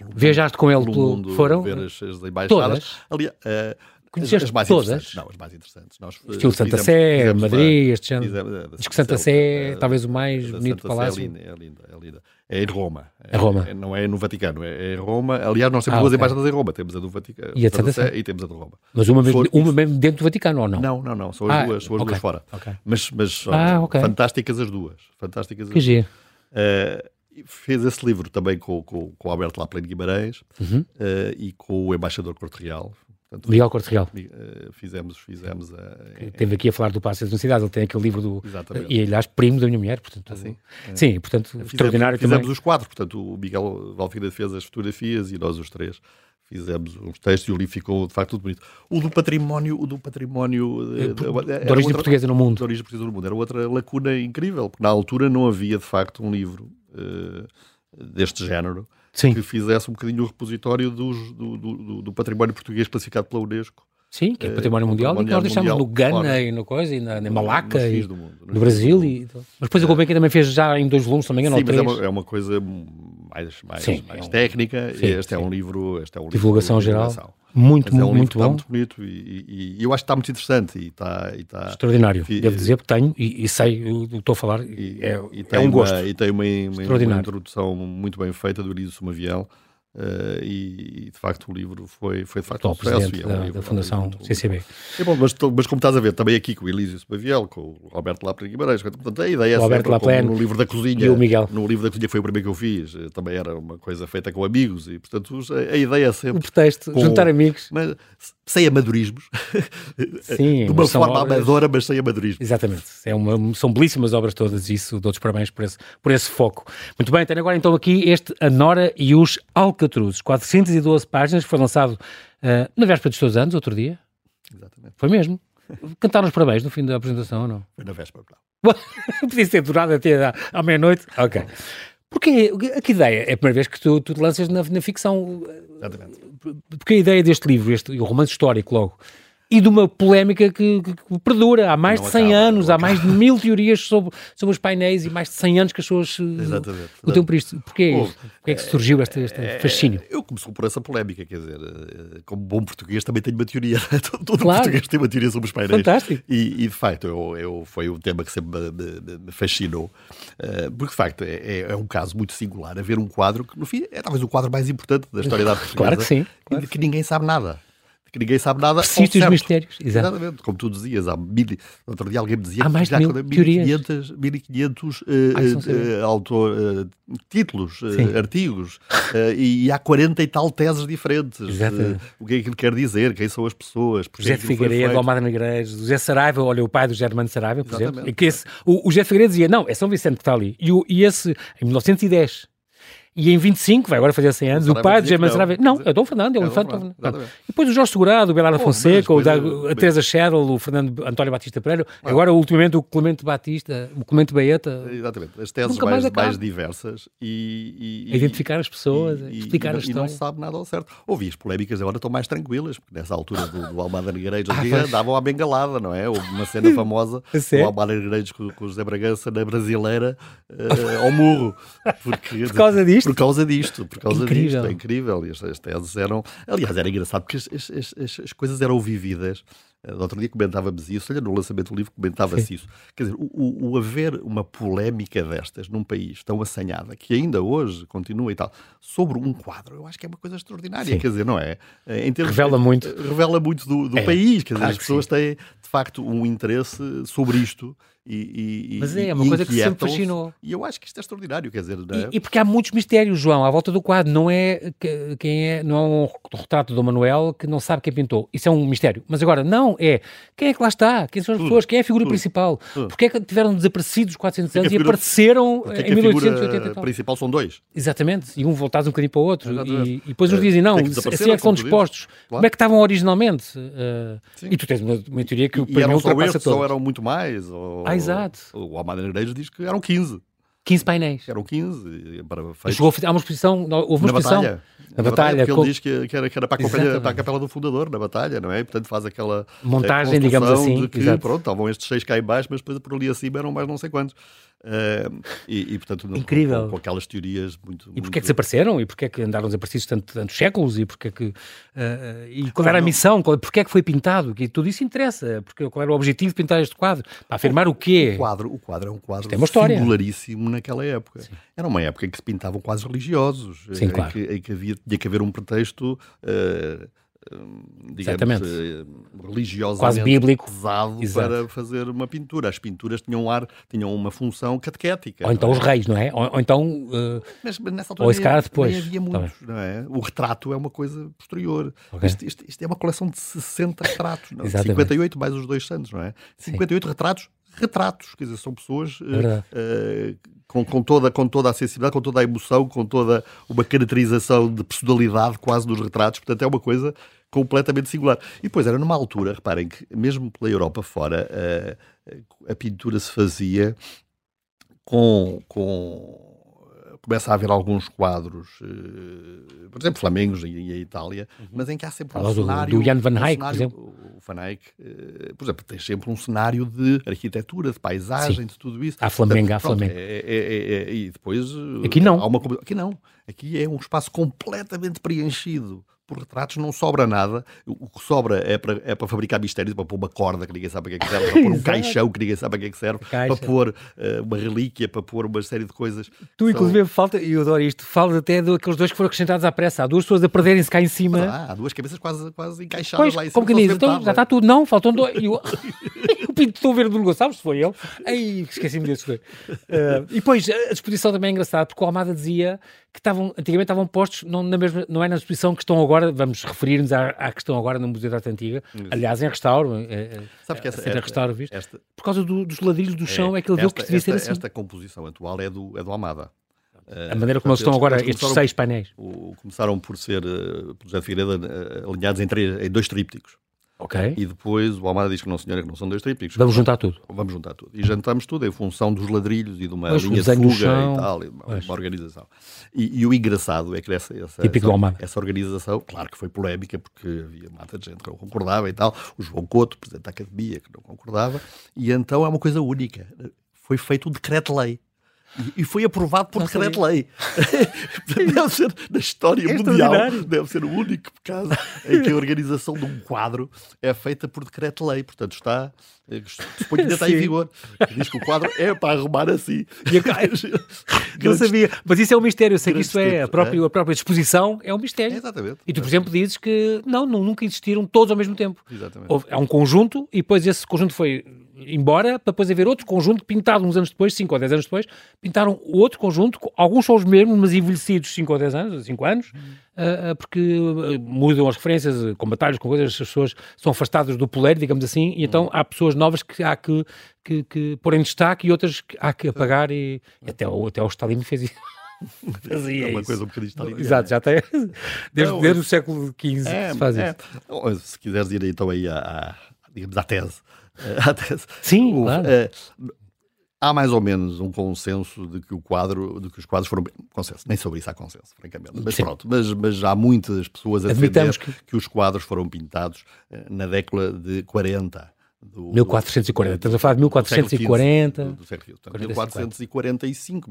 Speaker 1: é? Viajaste com ele pelo
Speaker 2: mundo,
Speaker 1: foram?
Speaker 2: Ver as, as embaixadas.
Speaker 1: Aliás, uh,
Speaker 2: Conheceste as mais
Speaker 1: todas?
Speaker 2: Não, as mais interessantes. Nós
Speaker 1: Estilo Santa fizemos, Sé, fizemos Madrid, uma, este género. Diz que Santa Sé é talvez o mais bonito palácio.
Speaker 2: É linda, é linda, é linda. É em Roma.
Speaker 1: É Roma.
Speaker 2: É, não é no Vaticano, é em Roma. Aliás, nós temos ah, duas okay. embaixadas em Roma. Temos a do Vaticano
Speaker 1: e a de Santa Sé
Speaker 2: e temos a de Roma.
Speaker 1: Mas uma, mesmo, uma mesmo dentro do Vaticano ou não?
Speaker 2: Não, não, não. São as ah, duas, são as okay. duas fora.
Speaker 1: Okay.
Speaker 2: Mas, mas ah, fantásticas as duas. Fantásticas as
Speaker 1: que giro.
Speaker 2: Uh, fez esse livro também com, com, com o Alberto Laplane Guimarães uhum. uh, e com o embaixador Corte Real. eh,
Speaker 1: Portanto, Miguel Corte Real.
Speaker 2: Fizemos, fizemos eh, a...
Speaker 1: Teve aqui a falar do Passo da Cidade, ele tem aquele livro do... Exatamente. E, aliás, primo da minha mulher, portanto... eh,
Speaker 2: Assim?
Speaker 1: Sim, portanto, fizemos, extraordinário
Speaker 2: fizemos
Speaker 1: também.
Speaker 2: os quatro, portanto, o Miguel Valfigueiredo fez as fotografias e nós os três fizemos uns textos e o livro ficou, de facto, tudo bonito. O do património... O do património... eh,
Speaker 1: É, De, de, origem outra, portuguesa no mundo.
Speaker 2: De origem portuguesa no mundo. Era outra lacuna incrível, porque na altura não havia, de facto, um livro uh, deste género.
Speaker 1: Sim.
Speaker 2: que fizesse um bocadinho o repositório dos, do, do, do, património português classificado pela Unesco.
Speaker 1: Sim,
Speaker 2: eh,
Speaker 1: que é património é, mundial, património nós deixámos no Ghana fora. e no coisa, e na, na Malaca, no,
Speaker 2: e, do mundo,
Speaker 1: no, no Brasil. E, mas depois é. a Gulbenkian também fez já em dois volumes, também,
Speaker 2: sim,
Speaker 1: não
Speaker 2: mas
Speaker 1: três.
Speaker 2: É, uma, é uma coisa mais, mais, sim, mais é um, técnica. Sim, este, sim. É um livro, este é um livro...
Speaker 1: Divulgação geral. Divulgação. Muito,
Speaker 2: mas é um
Speaker 1: muito
Speaker 2: livro
Speaker 1: bom.
Speaker 2: muito bonito e, e, e, eu acho que está muito interessante. E está, ah, e está...
Speaker 1: Extraordinário. E, Devo dizer que tenho e, sei o que estou a falar. é, é um
Speaker 2: uma,
Speaker 1: gosto.
Speaker 2: E tem uma, uma, uma, introdução muito bem feita do Elidio Sumaviel. Uh, e, de facto o livro foi, foi de facto
Speaker 1: um sucesso. É um da, livro, da Fundação é muito, CCB.
Speaker 2: É bom, mas, mas, como estás a ver, também aqui com o Elísio Sebaviel, com o Alberto Lapre Guimarães, portanto a ideia
Speaker 1: o é sempre,
Speaker 2: Laplane, no livro da cozinha.
Speaker 1: E o Miguel.
Speaker 2: No livro da cozinha foi o primeiro que eu fiz, eh, também era uma coisa feita com amigos e portanto a, ideia é sempre...
Speaker 1: O pretexto, com, juntar amigos.
Speaker 2: Mas, sem amadorismos, <laughs>
Speaker 1: Sim,
Speaker 2: eh, de uma forma obras... amadora, mas sem amadorismo.
Speaker 1: Exatamente, é uma, são belíssimas obras todas isso, dou-te parabéns por esse, por esse foco. Muito bem, tenho agora então aqui este Anora e os Alcântara Alcatruzes, 412 páginas, foi lançado uh, na véspera dos seus anos, outro dia.
Speaker 2: Exatamente.
Speaker 1: Foi mesmo. Cantaram os parabéns no fim da apresentação ou não?
Speaker 2: Foi na véspera,
Speaker 1: não. <laughs> Podia ter durado até à, à meia-noite. Ok. Porque a que ideia? É a primeira vez que tu, tu te lanças na, na, ficção.
Speaker 2: Exatamente.
Speaker 1: Porque a ideia deste livro, este, o romance histórico logo, e de uma polémica que, que, que perdura há mais não de 100 acaba, anos, há mais de mil teorias sobre, sobre os painéis e mais de 100 anos que as pessoas eh,
Speaker 2: exatamente,
Speaker 1: lutam por isto. Porquê, Bom, Porquê é que surgiu este, este é, fascínio?
Speaker 2: Eu comecei por essa polémica, quer dizer, eh, como bom português também tenho uma teoria, <laughs> todo claro. português tem uma teoria sobre os painéis.
Speaker 1: Fantástico.
Speaker 2: E, e de facto, eu, eu, foi um tema que sempre me, me fascinou, eh, porque de facto é, é, um caso muito singular haver um quadro que no fim é talvez o quadro mais importante da história da
Speaker 1: <laughs>
Speaker 2: portuguesa.
Speaker 1: claro que sim.
Speaker 2: Claro. Que ninguém sabe nada que ninguém sabe nada.
Speaker 1: Persiste os mistérios.
Speaker 2: Exato. Exatamente. Como tu dizias, há mil... outro dia alguém me dizia
Speaker 1: há mais que já mil
Speaker 2: 1500, 1500 Ai, uh, uh, autor, uh, títulos, eh, artigos, eh, e, há 40 e tal teses diferentes. eh,
Speaker 1: Exatamente.
Speaker 2: o que é que ele quer dizer, quem são as pessoas. é
Speaker 1: José Figueiredo, Almada Negreiros, José Saraiva, olha, o pai do Germano Saraiva, por Exatamente. exemplo. E que esse, o, o José Figueiredo dizia, não, é São Vicente que está ali. E, o, e esse, em 1910, e em 25, vai agora fazer 100 anos, o pai de Germán Sarabia... Não, é Dom Fernando, é o Infante Dom Fernando. E depois o Jorge Segurado, o Belardo oh, Fonseca, o da, a Teresa Sherrill, o Fernando António Batista Pereira, ah. agora ultimamente o Clemente Batista, o Clemente Baeta.
Speaker 2: Exatamente, as teses mais, mais, mais diversas e...
Speaker 1: e identificar as pessoas, e, explicar
Speaker 2: e,
Speaker 1: a história.
Speaker 2: E não sabe nada ao certo. Ouvi as polémicas agora estão mais tranquilas, porque nessa altura do, do Almada Negreiros ah, davam à bengalada, não é? Houve uma
Speaker 1: <laughs>
Speaker 2: cena famosa do Almada Negreiros com, com José Bragança na Brasileira uh,
Speaker 1: <laughs>
Speaker 2: ao murro.
Speaker 1: Porque, Por causa disso
Speaker 2: por causa disto, por causa incrível. disto, é incrível. E as, as teses eram, aliás, era engraçado porque as, as, as coisas eram vividas Uh, outro dia comentávamos isso, olha, no lançamento do livro comentava-se isso. Quer dizer, o, o, o haver uma polémica destas num país tão assanhada, que ainda hoje continua e tal, sobre um quadro, eu acho que é uma coisa extraordinária,
Speaker 3: Sim.
Speaker 2: quer dizer, não é? Uh, Em termos- eh,
Speaker 3: Revela muito.
Speaker 2: Revela muito do, do
Speaker 3: É,
Speaker 2: país, quer dizer,
Speaker 3: claro
Speaker 2: as
Speaker 3: que
Speaker 2: pessoas têm, de facto, um interesse sobre isto. E, e-
Speaker 1: Mas
Speaker 2: e-
Speaker 1: é, é uma
Speaker 2: e
Speaker 1: coisa que sempre
Speaker 2: inquietam-se.
Speaker 1: fascinou.
Speaker 2: E eu acho que isto é extraordinário, quer dizer, não é?
Speaker 1: E, e porque há muitos mistérios, João, à volta do quadro. Não é que- quem é, não é um retrato do Manuel que não sabe quem pintou. Isso é um mistério. Mas agora, não, é quem é que lá está, quem são as
Speaker 2: Tudo,
Speaker 1: pessoas, quem é a figura
Speaker 2: tudo,
Speaker 1: principal,
Speaker 2: tudo.
Speaker 1: porque é que tiveram desaparecidos 400
Speaker 2: Porque
Speaker 1: anos
Speaker 2: a
Speaker 1: e
Speaker 2: figura-
Speaker 1: apareceram
Speaker 2: Porque é
Speaker 1: eh,
Speaker 2: que
Speaker 1: em
Speaker 2: a
Speaker 1: 1880 e
Speaker 2: figura
Speaker 1: tal.
Speaker 2: principal são dois.
Speaker 1: Exatamente, e um voltado um bocadinho para o outro.
Speaker 2: Exatamente.
Speaker 1: E, e depois nos
Speaker 2: É,
Speaker 1: dizem, não,
Speaker 2: tem que
Speaker 1: isso-
Speaker 2: desaparecer,
Speaker 1: assim é que estão
Speaker 2: não é que são
Speaker 1: dispostos. Como é que estavam originalmente? Eh,
Speaker 2: Sim.
Speaker 1: e tu tens uma, uma teoria que
Speaker 2: E
Speaker 1: para mim é um
Speaker 2: eram só
Speaker 1: ultrapassa
Speaker 2: estes, ou
Speaker 1: todas.
Speaker 2: eram muito mais. Ou,
Speaker 1: Ah, exato.
Speaker 2: O Almada Negreiros diz que eram 15.
Speaker 1: 15 painéis.
Speaker 2: que Eram 15. e Para, feitos
Speaker 1: Chegou a, fazer- há uma exposição, houve uma
Speaker 2: na
Speaker 1: exposição.
Speaker 2: batalha.
Speaker 1: Na batalha,
Speaker 2: porque
Speaker 1: com-
Speaker 2: ele diz que, que era, que era para, a capela,
Speaker 1: Exatamente.
Speaker 2: para a capela do fundador, na batalha, não é? E, portanto, faz aquela eh,
Speaker 1: Montagem, digamos
Speaker 2: construção
Speaker 1: assim,
Speaker 2: De que,
Speaker 1: exato.
Speaker 2: pronto, estavam estes seis cá em baixo, mas depois por ali acima eram mais não sei quantos. Eh, e, e, portanto, não-
Speaker 1: Incrível.
Speaker 2: Com, com aquelas teorias muito.
Speaker 1: E
Speaker 2: muito-
Speaker 1: porque é que desapareceram? E porque é que andaram desaparecidos tanto, tantos séculos? E porque é que. eh, eh, e qual era a
Speaker 2: Não.
Speaker 1: missão? Qual, porque é que foi pintado? Que tudo isso interessa. Porque qual era o objetivo de pintar este quadro? Para afirmar o quê?
Speaker 2: O quadro, o quadro é um quadro
Speaker 1: é uma história.
Speaker 2: singularíssimo naquela época. Era uma época em que se pintavam quadros religiosos,
Speaker 1: Sim,
Speaker 2: em,
Speaker 1: claro.
Speaker 2: que, em que havia, tinha que haver um pretexto, eh, eh, digamos,
Speaker 1: Exatamente.
Speaker 2: eh, religiosamente
Speaker 1: Quase bíblico.
Speaker 2: pesado
Speaker 1: Exato.
Speaker 2: para fazer uma pintura. As pinturas tinham um ar, tinham uma função catequética.
Speaker 1: Ou então
Speaker 2: não
Speaker 1: os
Speaker 2: é?
Speaker 1: reis, não é? Ou, ou então. eh,
Speaker 2: Mas nessa altura
Speaker 1: Ou esse
Speaker 2: nem-
Speaker 1: cara
Speaker 2: nem
Speaker 1: depois,
Speaker 2: havia
Speaker 1: tá
Speaker 2: muitos, não é? O retrato é uma coisa posterior.
Speaker 1: Ok.
Speaker 2: Isto, isto- isto é uma coleção de 60 retratos, não? é?
Speaker 1: Exatamente.
Speaker 2: 58 mais os dois santos, não é? 58 retratos, retratos, quer dizer, são pessoas
Speaker 1: É
Speaker 2: eh,
Speaker 1: verdade.
Speaker 2: eh, com, com toda, com toda a sensibilidade, com toda a emoção, com toda uma caracterização de personalidade quase dos retratos, portanto é uma coisa completamente singular. E depois era numa altura, reparem que mesmo pela Europa fora, eh, a pintura se fazia com, com- começa a haver alguns quadros, eh, por exemplo, Flamengos e, e a Itália, mas em que há sempre um
Speaker 1: Uhum. Fala do-
Speaker 2: cenário...
Speaker 1: do Jan van Eyck,
Speaker 2: um
Speaker 1: por
Speaker 2: cenário- O Van Eyck, eh, por exemplo, tem sempre um cenário de arquitetura, de paisagem, de tudo isso.
Speaker 1: Há Flamengo, há
Speaker 2: Portanto, pronto,
Speaker 1: Flamengo.
Speaker 2: é- é- é- é- e depois... eh,
Speaker 1: Aqui não.
Speaker 2: há uma combi- aqui não. Aqui é um espaço completamente preenchido por retratos, não sobra nada. O o que sobra é para, é para fabricar mistérios, para pôr uma corda que ninguém sabe para que é que serve, para pôr
Speaker 1: <laughs>
Speaker 2: um
Speaker 1: Exato.
Speaker 2: caixão que ninguém sabe para que é que serve,
Speaker 1: Caixa.
Speaker 2: para pôr eh, uma relíquia, para pôr uma série de coisas.
Speaker 1: Tu, inclusive, falta, e eu adoro isto, falas até daqueles dois que foram acrescentados à pressa. Há duas pessoas a perderem-se cá em
Speaker 2: Mas
Speaker 1: cima.
Speaker 2: há, há duas cabeças quase, quase encaixadas
Speaker 1: é? Pois,
Speaker 2: Tá, lá em cima.
Speaker 1: como que
Speaker 2: não é. se
Speaker 1: diz?
Speaker 2: vê
Speaker 1: Então
Speaker 2: nada.
Speaker 1: já está tudo, não, faltam dois. E o, <laughs> e o pintor verde do Gonçalves foi ele. Ai, esqueci-me desses dois. Ah, e depois, a a exposição também é engraçada, porque o Almada dizia que estavam, antigamente estavam postos, não, na mesma, não é na exposição que estão agora, vamos referir-nos à, à que estão agora no Museu da Arte Antiga, aliás, em restauro, eh, eh,
Speaker 2: Sabe que essa-
Speaker 1: a ser a
Speaker 2: esta-
Speaker 1: restauro, visto?
Speaker 2: Esta,
Speaker 1: por causa do- dos ladrilhos do chão, é, que ele viu que
Speaker 2: esta-
Speaker 1: devia ser
Speaker 2: esta-
Speaker 1: assim.
Speaker 2: Esta composição atual é do, é do Amada.
Speaker 1: a maneira como eles estão agora, estes
Speaker 2: começaram,
Speaker 1: seis painéis.
Speaker 2: o- começaram por ser, eh, por José de Figueiredo, eh, alinhados em, três, em dois trípticos.
Speaker 1: Ok?
Speaker 2: E depois o Almada diz que não, senhora, que não são dois trípticos.
Speaker 1: Vamos juntar tudo.
Speaker 2: Vamos juntar tudo. E jantamos tudo em função dos ladrilhos e de uma
Speaker 1: Pois, o
Speaker 2: linha de
Speaker 1: desenho do
Speaker 2: fuga
Speaker 1: chão.
Speaker 2: e tal, e uma,
Speaker 1: Pois.
Speaker 2: uma organização. E, e o engraçado é que essa, essa,
Speaker 1: Típico do Almada.
Speaker 2: essa, essa organização, claro que foi polémica, porque havia mata de gente que não concordava e tal, o João Couto, presidente da academia, que não concordava, e então é uma coisa única. Foi feito um decreto-lei. E- E foi aprovado por
Speaker 1: Não sabia.
Speaker 2: decreto-lei. <laughs> deve ser, na história
Speaker 1: É
Speaker 2: mundial,
Speaker 1: extraordinário.
Speaker 2: deve ser o único caso em que a organização de um quadro é feita por decreto-lei. Portanto, está. eh, Suponho que ainda está em
Speaker 1: Sim.
Speaker 2: vigor. Diz que o quadro é para arrumar assim.
Speaker 1: E
Speaker 2: <laughs>
Speaker 1: a ca- Não
Speaker 2: Grandes-
Speaker 1: sabia, mas isso é um mistério. Eu sei que
Speaker 2: grandes
Speaker 1: isso é a
Speaker 2: tipos,
Speaker 1: própria, a própria exposição, é um
Speaker 2: É,
Speaker 1: mistério.
Speaker 2: Exatamente.
Speaker 1: E tu, por exemplo, dizes que não, nu- nunca existiram todos ao mesmo tempo.
Speaker 2: Exatamente.
Speaker 1: Houve, há um conjunto e depois esse conjunto foi embora para depois haver outro conjunto pintado uns anos depois, 5 ou 10 anos depois, pintaram outro conjunto, co- alguns são os mesmos, mas envelhecidos 5 ou 10 anos, 5 anos,
Speaker 2: Uhum.
Speaker 1: ah, ah, porque ah, mudam as referências, ah, com batalhas, com coisas, as pessoas são afastadas do poleiro, digamos assim, e
Speaker 2: Uhum.
Speaker 1: então há pessoas novas que há que, que, que pôr em destaque e outras que há que
Speaker 2: Uhum.
Speaker 1: apagar e até, o- até o Stalin fez isso. Fazia
Speaker 2: <laughs> É uma
Speaker 1: isso.
Speaker 2: coisa um bocadinho estaliniana.
Speaker 1: Exato, já
Speaker 2: <laughs>
Speaker 1: tem. Desde,
Speaker 2: Não,
Speaker 1: desde o século XV
Speaker 2: É,
Speaker 1: se faz
Speaker 2: é.
Speaker 1: isso.
Speaker 2: Ou, Se quiseres ir então aí à, à- digamos, à tese. <laughs> Eh, à tese.
Speaker 1: Sim, claro.
Speaker 2: eh, há mais ou menos um consenso de que o quadro, de que os quadros foram bem- consenso, nem sobre isso há consenso, francamente. Mas
Speaker 1: Sim.
Speaker 2: pronto, mas, mas há muitas pessoas a defender
Speaker 1: Admitamos
Speaker 2: que... os quadros foram pintados eh, na década de 40. do-
Speaker 1: 1440. Estamos a falar de 1440.
Speaker 2: Do, do século XV, portanto,
Speaker 1: 1445,
Speaker 2: 1445,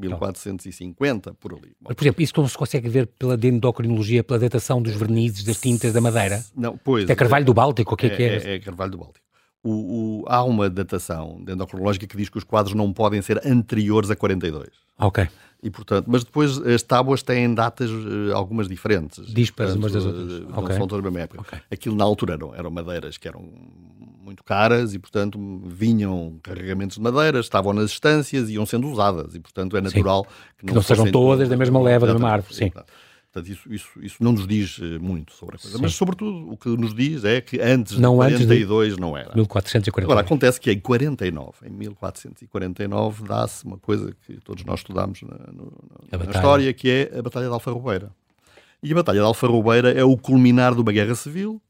Speaker 2: 1450, por ali. Bom,
Speaker 1: Mas, por exemplo, isso não se consegue ver pela dendrocrinologia, pela datação dos vernizes, das tintas, da madeira?
Speaker 2: Não, pois,
Speaker 1: Até Carvalho do Báltico, o que é que é?
Speaker 2: é, é Carvalho do Báltico. O- o- há uma datação endocronológica que diz que os quadros não podem ser anteriores a 42.
Speaker 1: Ok.
Speaker 2: E, portanto, mas depois as tábuas têm datas eh, algumas diferentes.
Speaker 1: Dispares umas das
Speaker 2: Portanto,
Speaker 1: outras.
Speaker 2: eh, Não
Speaker 1: Ok.
Speaker 2: são todas da mesma época. Aquilo na altura eram, eram madeiras que eram muito caras e, portanto, vinham carregamentos de madeiras, estavam nas estâncias e iam sendo usadas. E, portanto, é natural que
Speaker 1: não sejam
Speaker 2: fossem-
Speaker 1: todas da mesma leva, da mesma
Speaker 2: Exatamente.
Speaker 1: árvore, sim.
Speaker 2: Exato. Portanto, isso, isso, isso não nos diz eh, muito sobre a coisa. Mas, sobretudo, o que nos diz é que antes
Speaker 1: Não
Speaker 2: de
Speaker 1: antes de-
Speaker 2: 42 não era.
Speaker 1: 1440.
Speaker 2: Agora, acontece que em 49, em 1449, dá-se uma coisa que todos nós estudámos na, no- na- na
Speaker 1: batalha.
Speaker 2: história, que é a Batalha de Alfarrobeira. E a Batalha de Alfarrobeira é o culminar de uma guerra civil,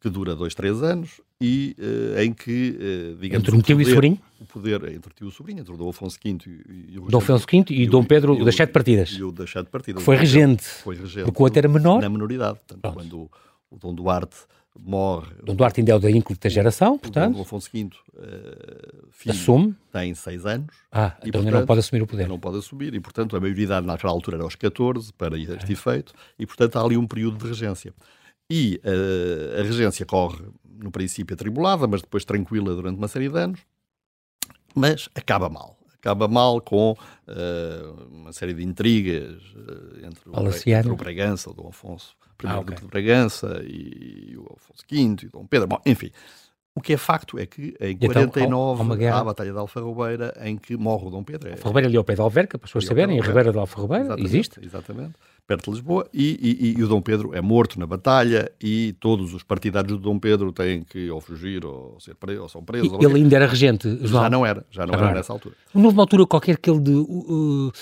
Speaker 2: que dura dois, três anos, e eh, em que, eh, digamos...
Speaker 1: Entre um
Speaker 2: o
Speaker 1: tio e
Speaker 2: poder-
Speaker 1: sobrinho?
Speaker 2: O poder é entre tio e sobrinho, entre o Dom Afonso V e, e o...
Speaker 1: Dom Afonso V e Dom Pedro
Speaker 2: e o-
Speaker 1: das Sete Partidas.
Speaker 2: E o das Sete Partidas.
Speaker 1: Que foi
Speaker 2: O Dom
Speaker 1: regente.
Speaker 2: Pedro Foi regente.
Speaker 1: Porque o outro era menor.
Speaker 2: Na menoridade. Portanto, quando o Dom Duarte morre...
Speaker 1: Dom Duarte ainda é o da ínclita geração,
Speaker 2: o Dom
Speaker 1: portanto,
Speaker 2: Afonso V, eh, filho,
Speaker 1: assume.
Speaker 2: tem 6 anos.
Speaker 1: Ah,
Speaker 2: E,
Speaker 1: então ainda não
Speaker 2: portanto,
Speaker 1: pode assumir o poder.
Speaker 2: Não pode assumir e, portanto, a maioridade naquela altura era aos 14, para este efeito, e, portanto, há ali um período de regência. E eh, a regência corre, no princípio, atribulada, mas depois tranquila durante uma série de anos, mas acaba mal. Acaba mal com eh, uma série de intrigas eh, entre, o, Bre-
Speaker 1: Palaciano.
Speaker 2: entre o Bragança, o Dom Afonso I
Speaker 1: Ah, ok.
Speaker 2: Duque de Bragança e, o Afonso V e o Dom Pedro. Bom, enfim, o que é facto é que em
Speaker 1: Então, há- há
Speaker 2: 49
Speaker 1: uma
Speaker 2: há
Speaker 1: guerra.
Speaker 2: a Batalha de Alfarrobeira em que morre o Dom Pedro. É-
Speaker 1: Ferreira ali ao pé da Alverca, para as pessoas
Speaker 2: Ali ao pé
Speaker 1: saberem,
Speaker 2: da
Speaker 1: a
Speaker 2: Alverca.
Speaker 1: Ribeira da Alferrobeira
Speaker 2: Exatamente,
Speaker 1: existe.
Speaker 2: Exatamente. Perto de Lisboa. E, e- e- e o Dom Pedro é morto na batalha e todos os partidários do Dom Pedro têm que ou fugir ou, ser presos, ou são
Speaker 1: E
Speaker 2: presos. ou-
Speaker 1: ele ainda era regente, João.
Speaker 2: Já não era, já
Speaker 1: Já
Speaker 2: não
Speaker 1: não
Speaker 2: era
Speaker 1: era.
Speaker 2: nessa altura.
Speaker 1: Não houve uma altura qualquer que ele de. uh, uh,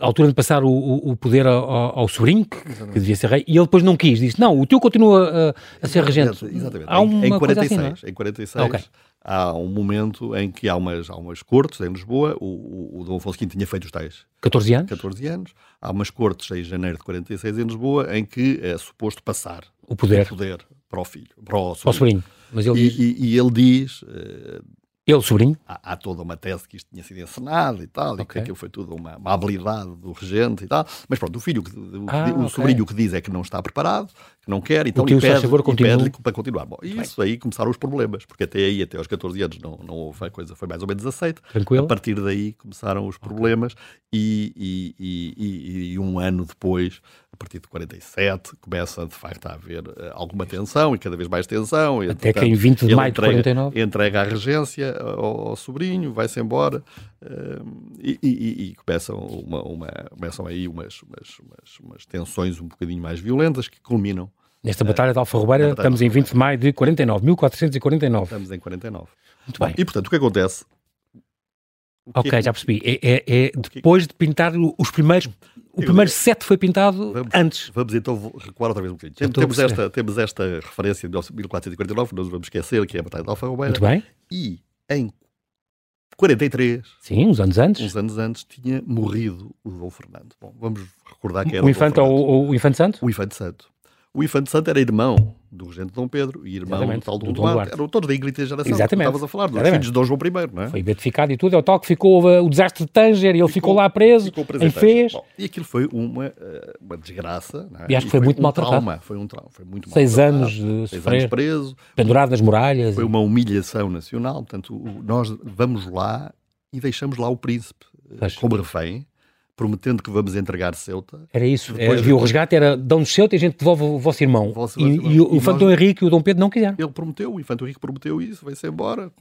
Speaker 1: a altura de passar o, o- o poder ao, ao- ao sobrinho, que, que devia ser rei, e ele depois não quis, disse: Não, o teu continua uh, a ser regente.
Speaker 2: Exatamente.
Speaker 1: Há
Speaker 2: Em-
Speaker 1: uma
Speaker 2: em,
Speaker 1: coisa assim, não é?
Speaker 2: 46, em 46
Speaker 1: Ah, ok.
Speaker 2: há um momento em que há umas, há umas cortes em Lisboa. O, o, o Dom Afonso V tinha feito os tais
Speaker 1: 14 anos?
Speaker 2: 14 anos. Há umas cortes em janeiro de 46 em Lisboa em que é suposto passar
Speaker 1: O poder.
Speaker 2: o poder para o filho, para o
Speaker 1: Para o
Speaker 2: sobrinho.
Speaker 1: sobrinho. Mas ele
Speaker 2: E,
Speaker 1: diz:
Speaker 2: e- e ele diz, eh,
Speaker 1: Ele, sobrinho,
Speaker 2: há, há toda uma tese que isto tinha sido encenado e tal, e que
Speaker 1: Ok.
Speaker 2: aquilo foi tudo uma, uma habilidade do regente e tal. Mas pronto, o filho, que- o,
Speaker 1: Ah,
Speaker 2: que- o
Speaker 1: ok.
Speaker 2: sobrinho que diz é que não está preparado, que não quer, então
Speaker 1: tio,
Speaker 2: e
Speaker 1: se faz
Speaker 2: pede,
Speaker 1: favor,
Speaker 2: e
Speaker 1: continua.
Speaker 2: pede-lhe para continuar. Bom, e isso aí começaram os problemas, porque até aí, até aos 14 anos, não, não houve a coisa, foi mais ou menos aceita.
Speaker 1: Tranquilo.
Speaker 2: A partir daí começaram os problemas e, e- e- e- e um ano depois, a partir de 47, começa de facto a haver eh, alguma tensão e cada vez mais tensão. E,
Speaker 1: Até que
Speaker 2: portanto,
Speaker 1: em 20 de
Speaker 2: ele
Speaker 1: maio de
Speaker 2: entrega-
Speaker 1: 49.
Speaker 2: entrega a regência ao, ao sobrinho, vai-se embora eh, e, e- e começam, uma- uma- começam aí umas, umas- umas- umas tensões um bocadinho mais violentas que culminam.
Speaker 1: nesta batalha de Alfarrobeira,
Speaker 2: na É. batalha
Speaker 1: estamos em 20 de maio de 49, 1449.
Speaker 2: Estamos em 49.
Speaker 1: Muito bem.
Speaker 2: E portanto, o que acontece? O que é
Speaker 1: Ok,
Speaker 2: que-
Speaker 1: já percebi. É, é- é
Speaker 2: que-
Speaker 1: depois de pintar o- os primeiros. O primeiro set foi pintado
Speaker 2: Vamos-
Speaker 1: antes.
Speaker 2: Vamos então vo- recuar outra vez um bocadinho.
Speaker 1: Eu estou a
Speaker 2: Temos
Speaker 1: perceber.
Speaker 2: esta, temos esta referência de 1449, não nos vamos esquecer, que é a Batalha de
Speaker 1: Muito
Speaker 2: Alfarrobeira.
Speaker 1: bem.
Speaker 2: E em 43,
Speaker 1: Sim, uns anos antes.
Speaker 2: uns anos antes, tinha morrido o Dom Fernando. Bom, vamos recordar que era
Speaker 1: O
Speaker 2: Dom
Speaker 1: infante
Speaker 2: Fernando.
Speaker 1: ou o infante santo?
Speaker 2: O Infante Santo. O Infante Santo era irmão do regente Dom Pedro e irmão
Speaker 1: Exatamente,
Speaker 2: do tal Dom,
Speaker 1: do Dom
Speaker 2: Duarte.
Speaker 1: Duarte.
Speaker 2: Eram todos da Inglita geração.
Speaker 1: Exatamente.
Speaker 2: Que tu estavas a falar, dos
Speaker 1: Exatamente.
Speaker 2: filhos de Dom João I, não é?
Speaker 1: Foi beatificado e tudo. É o tal que ficou houve o desastre de Tanger e ele ficou, lá preso,
Speaker 2: Ficou
Speaker 1: em
Speaker 2: Tanger.
Speaker 1: fez
Speaker 2: Bom, e aquilo foi uma, eh, uma desgraça. Não é?
Speaker 1: E acho que foi muito
Speaker 2: um
Speaker 1: maltratado.
Speaker 2: Trauma, foi um trauma. Foi muito
Speaker 1: seis
Speaker 2: maltratado.
Speaker 1: anos de
Speaker 2: Seis anos
Speaker 1: sofrer,
Speaker 2: preso.
Speaker 1: pendurado nas muralhas.
Speaker 2: Foi uma humilhação nacional. Portanto, o- nós vamos lá e deixamos lá o príncipe eh,
Speaker 1: Pois.
Speaker 2: como refém, prometendo que vamos entregar Ceuta.
Speaker 1: Era isso.
Speaker 2: Depois-
Speaker 1: Era- Havia o resgate, era dão-nos seu e a gente devolve o vosso irmão.
Speaker 2: Vosso-
Speaker 1: e,
Speaker 2: vosso irmão.
Speaker 1: e o
Speaker 2: E
Speaker 1: infante
Speaker 2: nós-
Speaker 1: Dom Henrique e o Dom Pedro não quiseram.
Speaker 2: Ele prometeu, o Infante Henrique prometeu isso, vai-se embora.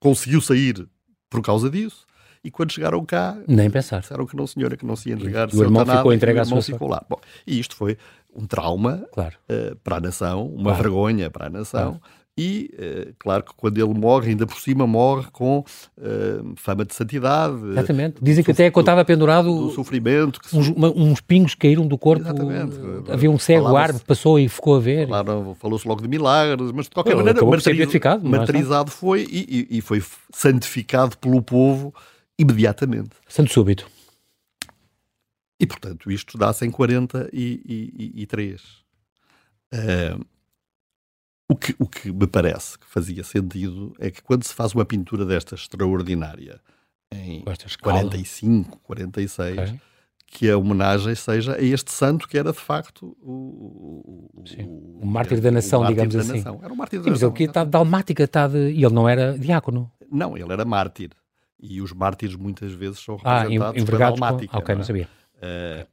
Speaker 2: Conseguiu sair por causa disso. E quando chegaram cá,
Speaker 1: Nem pensar.
Speaker 2: disseram que não, senhora, que não se ia entregar.
Speaker 1: E o irmão
Speaker 2: Ceuta nada,
Speaker 1: ficou a
Speaker 2: e
Speaker 1: entregar a
Speaker 2: o irmão
Speaker 1: sua
Speaker 2: ficou lá. Bom, e isto foi um trauma
Speaker 1: Claro.
Speaker 2: eh, para a nação, uma
Speaker 1: Claro.
Speaker 2: vergonha para a nação. E, eh, claro, que quando ele morre, ainda por cima morre com eh, fama de santidade, eh,
Speaker 1: Exatamente. Dizem que
Speaker 2: do-
Speaker 1: até é quando estava
Speaker 2: do
Speaker 1: pendurado,
Speaker 2: sofrimento que se
Speaker 1: uns, uma- uns pingos caíram do corpo.
Speaker 2: Exatamente.
Speaker 1: Havia um cego
Speaker 2: Falava-se-
Speaker 1: árabe que passou e ficou a ver.
Speaker 2: Claro, falou-se logo de milagres, mas de qualquer
Speaker 1: Ele
Speaker 2: maneira,
Speaker 1: acabou por ser é?
Speaker 2: martiriz-
Speaker 1: beatificado, mas
Speaker 2: martirizado foi e, e- e foi f- santificado pelo povo imediatamente.
Speaker 1: Santo súbito.
Speaker 2: E, portanto, isto dá-se em 43. Ah, o que, o que me parece que fazia sentido é que quando se faz uma pintura desta extraordinária em
Speaker 1: Com esta escala.
Speaker 2: 45, 46,
Speaker 1: Ok.
Speaker 2: que a homenagem seja a este santo que era de facto o, o,
Speaker 1: Sim. O mártir da nação,
Speaker 2: mártir
Speaker 1: digamos
Speaker 2: da
Speaker 1: assim.
Speaker 2: nação. Era o mártir da
Speaker 1: Sim, mas
Speaker 2: nação.
Speaker 1: ele aqui tá- está de dalmática, está de... E ele não era diácono.
Speaker 2: Não, ele era mártir. E os mártires muitas vezes são
Speaker 1: Ah, em-
Speaker 2: representados pela
Speaker 1: envergados com... Ah,
Speaker 2: dalmática.
Speaker 1: Ok, não
Speaker 2: é?
Speaker 1: sabia.
Speaker 2: Eh,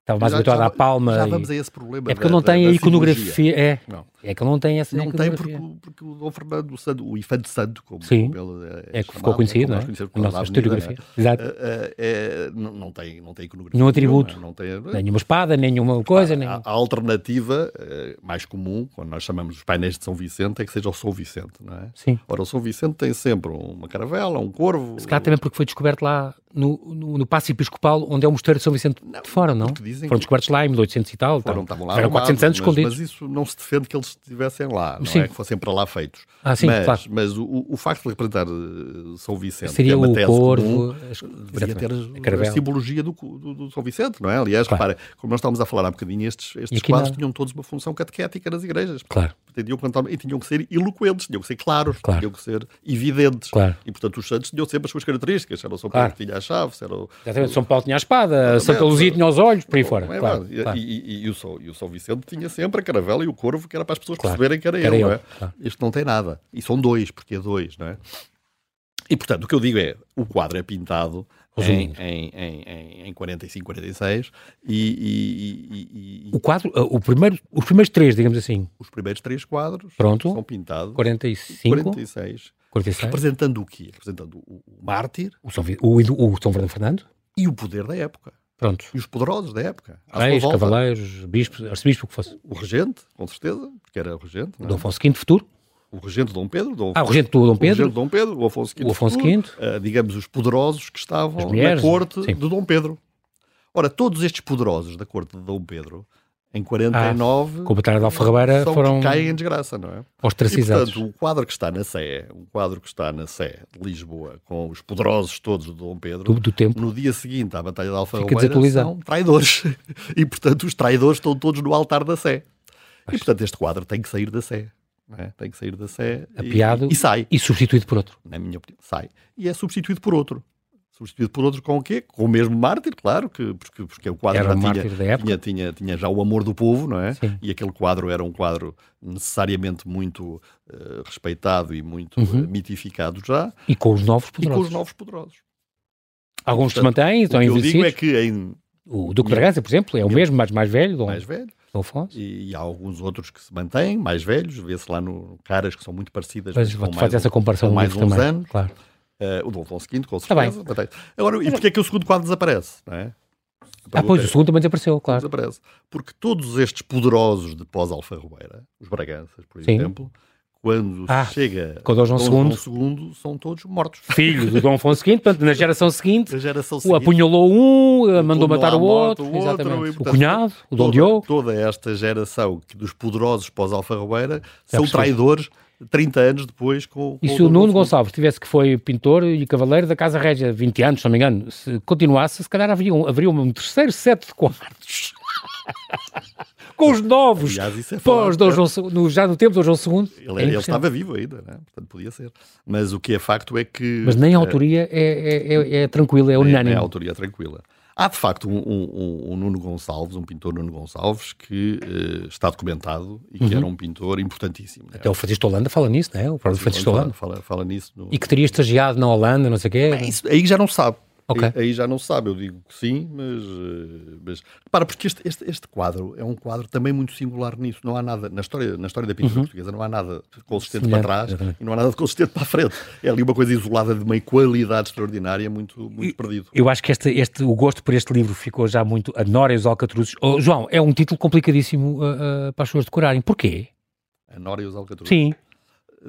Speaker 1: Estava mais
Speaker 2: já-
Speaker 1: habituado
Speaker 2: já-
Speaker 1: à palma.
Speaker 2: Já
Speaker 1: e-
Speaker 2: vamos a esse problema.
Speaker 1: É porque ele
Speaker 2: da-
Speaker 1: não
Speaker 2: da-
Speaker 1: tem
Speaker 2: da
Speaker 1: a
Speaker 2: simbologia.
Speaker 1: iconografia. É,
Speaker 2: Não.
Speaker 1: é que ele não tem essa
Speaker 2: Não tem porque,
Speaker 1: iconografia.
Speaker 2: o- porque o Dom Fernando, o, santo, o infante santo, como,
Speaker 1: Sim.
Speaker 2: como ele
Speaker 1: É que ficou conhecido, não é? A nossa historiografia. Exato.
Speaker 2: eh, é, não, não tem, não tem iconografia.
Speaker 1: Nenhum atributo.
Speaker 2: nenhuma, Não tem,
Speaker 1: Nenhuma espada, nenhuma coisa, nem...
Speaker 2: a, a alternativa eh, mais comum, quando nós chamamos os painéis de São Vicente, é que seja o São Vicente, não é?
Speaker 1: Sim.
Speaker 2: Ora, o São Vicente tem sempre uma caravela, um corvo.
Speaker 1: Se calhar também porque foi descoberto lá no, no, no Passo Episcopal, onde é o Mosteiro de São Vicente de fora, não?
Speaker 2: porque dizem
Speaker 1: Foram
Speaker 2: que-
Speaker 1: descobertos lá em 1800 e tal.
Speaker 2: Foram,
Speaker 1: então.
Speaker 2: estavam lá
Speaker 1: Tiveram
Speaker 2: arrumados,
Speaker 1: 400 anos
Speaker 2: um mas-
Speaker 1: escondidos.
Speaker 2: Mas isso não se defende que eles estivessem lá, não
Speaker 1: Sim.
Speaker 2: é que fossem para lá feitos.
Speaker 1: Ah, sim,
Speaker 2: mas,
Speaker 1: claro.
Speaker 2: mas o, o facto de representar eh, São Vicente, que é
Speaker 1: Seria
Speaker 2: uma
Speaker 1: o
Speaker 2: tese comum,
Speaker 1: corvo, as-
Speaker 2: Devia ter
Speaker 1: a
Speaker 2: a,
Speaker 1: caravela.
Speaker 2: simbologia do, do, do São Vicente, não é? Aliás,
Speaker 1: Claro.
Speaker 2: repara, como nós estávamos a falar há bocadinho, estes, estes
Speaker 1: aqui
Speaker 2: quadros
Speaker 1: nada.
Speaker 2: tinham todos uma função catequética nas igrejas.
Speaker 1: Claro,
Speaker 2: Pretendiam cantar, e tinham que ser eloquentes, tinham que ser claros,
Speaker 1: Claro.
Speaker 2: tinham que ser evidentes.
Speaker 1: Claro.
Speaker 2: E, portanto, os santos tinham sempre as suas características. Era o São
Speaker 1: Claro.
Speaker 2: Pedro que tinha a chave, era o...
Speaker 1: exatamente. São Paulo tinha a espada,
Speaker 2: Exatamente.
Speaker 1: Santa Luzia tinha os olhos, por aí fora.
Speaker 2: Não é
Speaker 1: Claro,
Speaker 2: verdade? E-
Speaker 1: claro.
Speaker 2: E, e- e o São, e o São Vicente tinha sempre a caravela e o corvo, que era para as pessoas
Speaker 1: Claro.
Speaker 2: perceberem que era,
Speaker 1: Era
Speaker 2: ele, não
Speaker 1: ele,
Speaker 2: é?
Speaker 1: claro.
Speaker 2: Este não tem nada. E são dois, porque é dois, não é? E, portanto, o que eu digo é, o quadro é pintado em,
Speaker 1: Resumindo.
Speaker 2: em, em, em, em 45, 46 e, e- e- e- e
Speaker 1: O quadro, ah, o primeiro, os primeiros três, digamos assim,
Speaker 2: os primeiros três quadros
Speaker 1: Pronto.
Speaker 2: são pintados
Speaker 1: 45,
Speaker 2: 46,
Speaker 1: 46,
Speaker 2: representando o quê? Representando o, o mártir
Speaker 1: o São, Vi- o, ídolo- o São Fernando Fernando,
Speaker 2: e o poder da época.
Speaker 1: pronto.
Speaker 2: E os poderosos da época. à sua
Speaker 1: Reis,
Speaker 2: volta.
Speaker 1: cavaleiros, bispos, arcebispo, o que fosse.
Speaker 2: O regente, com certeza, porque era o regente. não é?
Speaker 1: Dom Afonso V, futuro.
Speaker 2: o regente Dom Pedro, Dom,
Speaker 1: Ah, o regente do Dom
Speaker 2: o regente
Speaker 1: Pedro.
Speaker 2: Dom Pedro, o Afonso V,
Speaker 1: O Afonso
Speaker 2: futuro,
Speaker 1: V.
Speaker 2: eh, digamos, os poderosos que estavam
Speaker 1: As mulheres, né?
Speaker 2: na corte
Speaker 1: sim.
Speaker 2: de Dom Pedro. Ora, todos estes poderosos da corte de Dom Pedro, em 49,
Speaker 1: Com a Batalha de Alfarrabeira
Speaker 2: são
Speaker 1: Ah, foram
Speaker 2: que caem em desgraça, não é? E,
Speaker 1: ostracizados.
Speaker 2: portanto, o quadro que está na Sé, o quadro que está na Sé de Lisboa, com os poderosos todos de Dom Pedro,
Speaker 1: do, do tempo.
Speaker 2: no dia seguinte à Batalha de Alfarrobeira,
Speaker 1: desatualizado.
Speaker 2: são traidores. <laughs> E, portanto, os traidores estão todos no altar da Sé. E, portanto, este quadro tem que sair da Sé. não é? Tem que sair da Sé e-
Speaker 1: Apiado.
Speaker 2: e, sai,
Speaker 1: E substituído por outro.
Speaker 2: na minha opinião, sai. E é substituído por outro. Substituído por outro com o quê? Com o mesmo mártir, claro, que, porque, porque é o quadro
Speaker 1: Era
Speaker 2: já
Speaker 1: um
Speaker 2: tinha,
Speaker 1: mártir da época.
Speaker 2: tinha, tinha, tinha já o amor do povo, não é?
Speaker 1: Sim.
Speaker 2: E aquele quadro era um quadro necessariamente muito eh, respeitado e muito eh, mitificado já,
Speaker 1: E com os novos
Speaker 2: e com os
Speaker 1: Uhum. poderosos.
Speaker 2: novos poderosos.
Speaker 1: Alguns se
Speaker 2: Portanto,
Speaker 1: mantêm,
Speaker 2: O que
Speaker 1: estão
Speaker 2: eu digo é
Speaker 1: envelhecidos.
Speaker 2: que em
Speaker 1: O Duque de Bragança, por exemplo, é o mesmo, mas mais velho, Dom,
Speaker 2: mais velho,
Speaker 1: Dom Afonso.
Speaker 2: e, há alguns outros que se mantêm, mais velhos, vê-se lá no caras que são muito parecidas,
Speaker 1: Mas
Speaker 2: com
Speaker 1: vou-te
Speaker 2: mais
Speaker 1: fazer essa comparação
Speaker 2: com
Speaker 1: no
Speaker 2: mais
Speaker 1: livro
Speaker 2: uns
Speaker 1: também.
Speaker 2: anos.
Speaker 1: Claro.
Speaker 2: Eh, o Dom Afonso V, com
Speaker 1: Está Tá bem.
Speaker 2: certeza. mantém-se. Agora, e porquê é que o segundo quadro desaparece? Não é? A
Speaker 1: Ah,
Speaker 2: pergunta
Speaker 1: pois,
Speaker 2: é,
Speaker 1: o segundo também desapareceu, claro.
Speaker 2: <laughs> desaparece. Porque todos estes poderosos de pós-Alfarrobeira, os Braganças, por
Speaker 1: Sim.
Speaker 2: exemplo, quando
Speaker 1: Ah,
Speaker 2: se chega
Speaker 1: com o Dom João
Speaker 2: Dom João II, são todos mortos.
Speaker 1: Filho do Dom Afonso V, portanto, na geração seguinte,
Speaker 2: A geração
Speaker 1: o
Speaker 2: seguinte,
Speaker 1: apunhalou um, mandou
Speaker 2: condenou
Speaker 1: matar
Speaker 2: à
Speaker 1: o
Speaker 2: morte
Speaker 1: outro,
Speaker 2: o outro, e,
Speaker 1: exatamente.
Speaker 2: portanto,
Speaker 1: o cunhado, o Dom
Speaker 2: toda,
Speaker 1: Diogo.
Speaker 2: toda esta geração que- dos poderosos pós-Alfarrobeira são
Speaker 1: percebi.
Speaker 2: traidores 30 anos depois com, com
Speaker 1: E se o
Speaker 2: Dom João
Speaker 1: Nuno
Speaker 2: II.
Speaker 1: Gonçalves tivesse que foi pintor e cavaleiro da Casa Régia, 20 anos, se não me engano, se continuasse, se calhar haveria um, haveria um terceiro set de quartos. <laughs> Com os novos.
Speaker 2: Aliás, isso é
Speaker 1: Pós Dom
Speaker 2: falar-
Speaker 1: João II, no- já no tempo do Dom João II. é
Speaker 2: Ele, ele
Speaker 1: impressionante.
Speaker 2: estava vivo ainda, né? portanto podia ser. Mas o que é facto é que.
Speaker 1: Mas nem a
Speaker 2: eh,
Speaker 1: autoria é, é, é, é tranquila, é
Speaker 2: nem- nem
Speaker 1: unânime.
Speaker 2: a autoria tranquila. Há de facto um, um- um- um Nuno Gonçalves, um pintor Nuno Gonçalves, que eh, está documentado e que
Speaker 1: Uhum.
Speaker 2: era um pintor importantíssimo. né?
Speaker 1: Até o Francisco Holanda fala nisso, não é? O próprio Francisco
Speaker 2: fala,
Speaker 1: Holanda.
Speaker 2: fala, fala nisso. No...
Speaker 1: E que teria estagiado na Holanda, não sei o quê.
Speaker 2: É Isso, aí já não sabe.
Speaker 1: Ok.
Speaker 2: Aí, aí já não sabe, eu digo que sim, mas. eh, mas para, porque este, este, este quadro é um quadro também muito singular nisso. Não há nada, na história, na história da pintura portuguesa, não há nada consistente
Speaker 1: Semelhante,
Speaker 2: para trás
Speaker 1: Uhum. é, exatamente.
Speaker 2: e não há nada de consistente para a frente. É ali uma coisa isolada de uma qualidade extraordinária, muito, muito perdido.
Speaker 1: Eu acho que este, este, o gosto por este livro ficou já muito. A Nora e os Alcatruzes. Oh, João, é um título complicadíssimo ah, ah, para as pessoas decorarem. Porquê?
Speaker 2: A Nora e os Alcatruzes.
Speaker 1: Sim.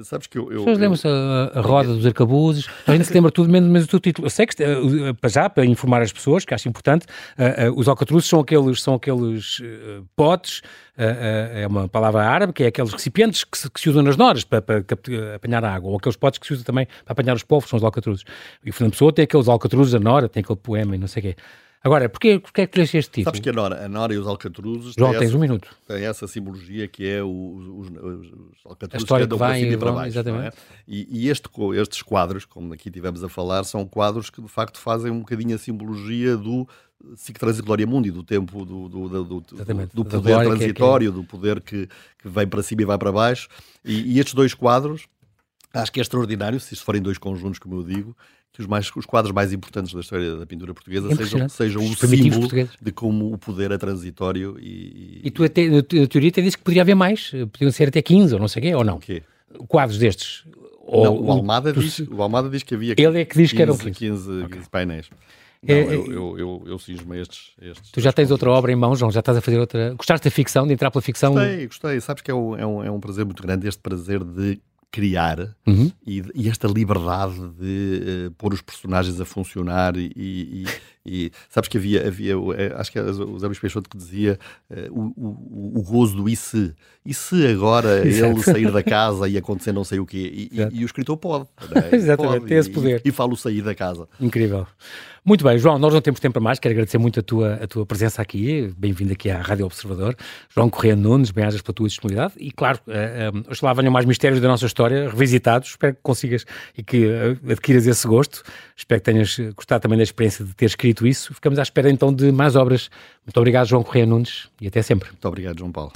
Speaker 2: Sabes que eu.
Speaker 1: As
Speaker 2: eu,
Speaker 1: pessoas
Speaker 2: eu
Speaker 1: lembram-se a, a roda dos arcabuzes, a gente se lembra tudo menos, menos o teu título. Eu sei que, este, eh, eh, para já, para informar as pessoas, que acho importante, eh, eh, os alcatruzes são aqueles, são aqueles eh, potes, eh, eh, é uma palavra árabe, que é aqueles recipientes que se, que se usam nas noras para, para capte- apanhar água, ou aqueles potes que se usam também para apanhar os povos, são os alcatruzes. E o Fernando Pessoa tem aqueles alcatruzes da nora, tem aquele poema e não sei o quê. Agora, porquê, porquê é que lhes este título?
Speaker 2: Sabes que é a Nora, a Nora e os Alcatruzes
Speaker 1: João,
Speaker 2: têm
Speaker 1: tens
Speaker 2: essa,
Speaker 1: um minuto.
Speaker 2: têm essa simbologia que é o- os, os, os Alcatruzes
Speaker 1: A história
Speaker 2: andam
Speaker 1: que vai
Speaker 2: para cima
Speaker 1: e
Speaker 2: e para
Speaker 1: vão,
Speaker 2: baixo. não é?
Speaker 1: exatamente.
Speaker 2: E, e este co- estes quadros, como aqui tivemos a falar, são quadros que de facto fazem um bocadinho a simbologia do Sic Transit Gloria Mundi, do tempo do, do, do, do- do-
Speaker 1: Exatamente,
Speaker 2: do
Speaker 1: da
Speaker 2: poder
Speaker 1: glória que é-
Speaker 2: transitório, do poder que, que vem para cima e vai para baixo. E, e estes dois quadros, acho que é extraordinário, se isto forem dois conjuntos, como eu digo, que os, mais, os quadros mais importantes da história da pintura portuguesa sejam,
Speaker 1: É Impressionante.
Speaker 2: sejam
Speaker 1: Os
Speaker 2: um
Speaker 1: primitivos
Speaker 2: símbolo
Speaker 1: portugueses.
Speaker 2: de como o poder é transitório e,
Speaker 1: E tu até, a te- a teoria até disse que poderia haver mais, eh, podiam ser até 15 ou não sei o quê, ou não.
Speaker 2: o quê?
Speaker 1: Quadros destes. Ou, um-
Speaker 2: Não, o, Almada
Speaker 1: tu-
Speaker 2: diz, o Almada diz que havia
Speaker 1: Ele é que diz que eram 15.
Speaker 2: 15, 15 painéis. Não,
Speaker 1: É,
Speaker 2: eu, eu, eu, eu cismo estes, estes.
Speaker 1: Tu já tens outra obra em mãos, João, já estás a fazer outra. Gostaste da ficção, de entrar pela ficção?
Speaker 2: Gostei, gostei. Sabes que é um, é, um, é um prazer muito grande este prazer de criar
Speaker 1: Uhum.
Speaker 2: e, e esta liberdade de eh, pôr os personagens a funcionar e, e- e- e- sabes que havia, havia o- eh, acho que era o Zé Luís Peixoto que dizia eh, o, o- o gozo do e se e
Speaker 1: <laughs>
Speaker 2: se agora ele sair da casa e acontecer não sei o quê e, e-
Speaker 1: Exato.
Speaker 2: e o escritor pode, não é?
Speaker 1: <laughs>
Speaker 2: Ele
Speaker 1: Exatamente,
Speaker 2: pode
Speaker 1: tem esse
Speaker 2: e-
Speaker 1: poder.
Speaker 2: e, e fala o sair da casa
Speaker 1: Incrível. Muito bem, João, nós não temos tempo para mais. Quero agradecer muito a tua, a tua presença aqui. Bem-vindo aqui à Rádio Observador. João Correia Nunes, bem-ajas pela tua disponibilidade. E claro, eh, eh, oxalá venham mais mistérios da nossa história revisitados. Espero que consigas e que eh, adquiras esse gosto. Espero que tenhas eh, gostado também da experiência de ter escrito isso. Ficamos à espera então de mais obras. Muito obrigado, João Correia Nunes, e até sempre.
Speaker 2: muito obrigado João Paulo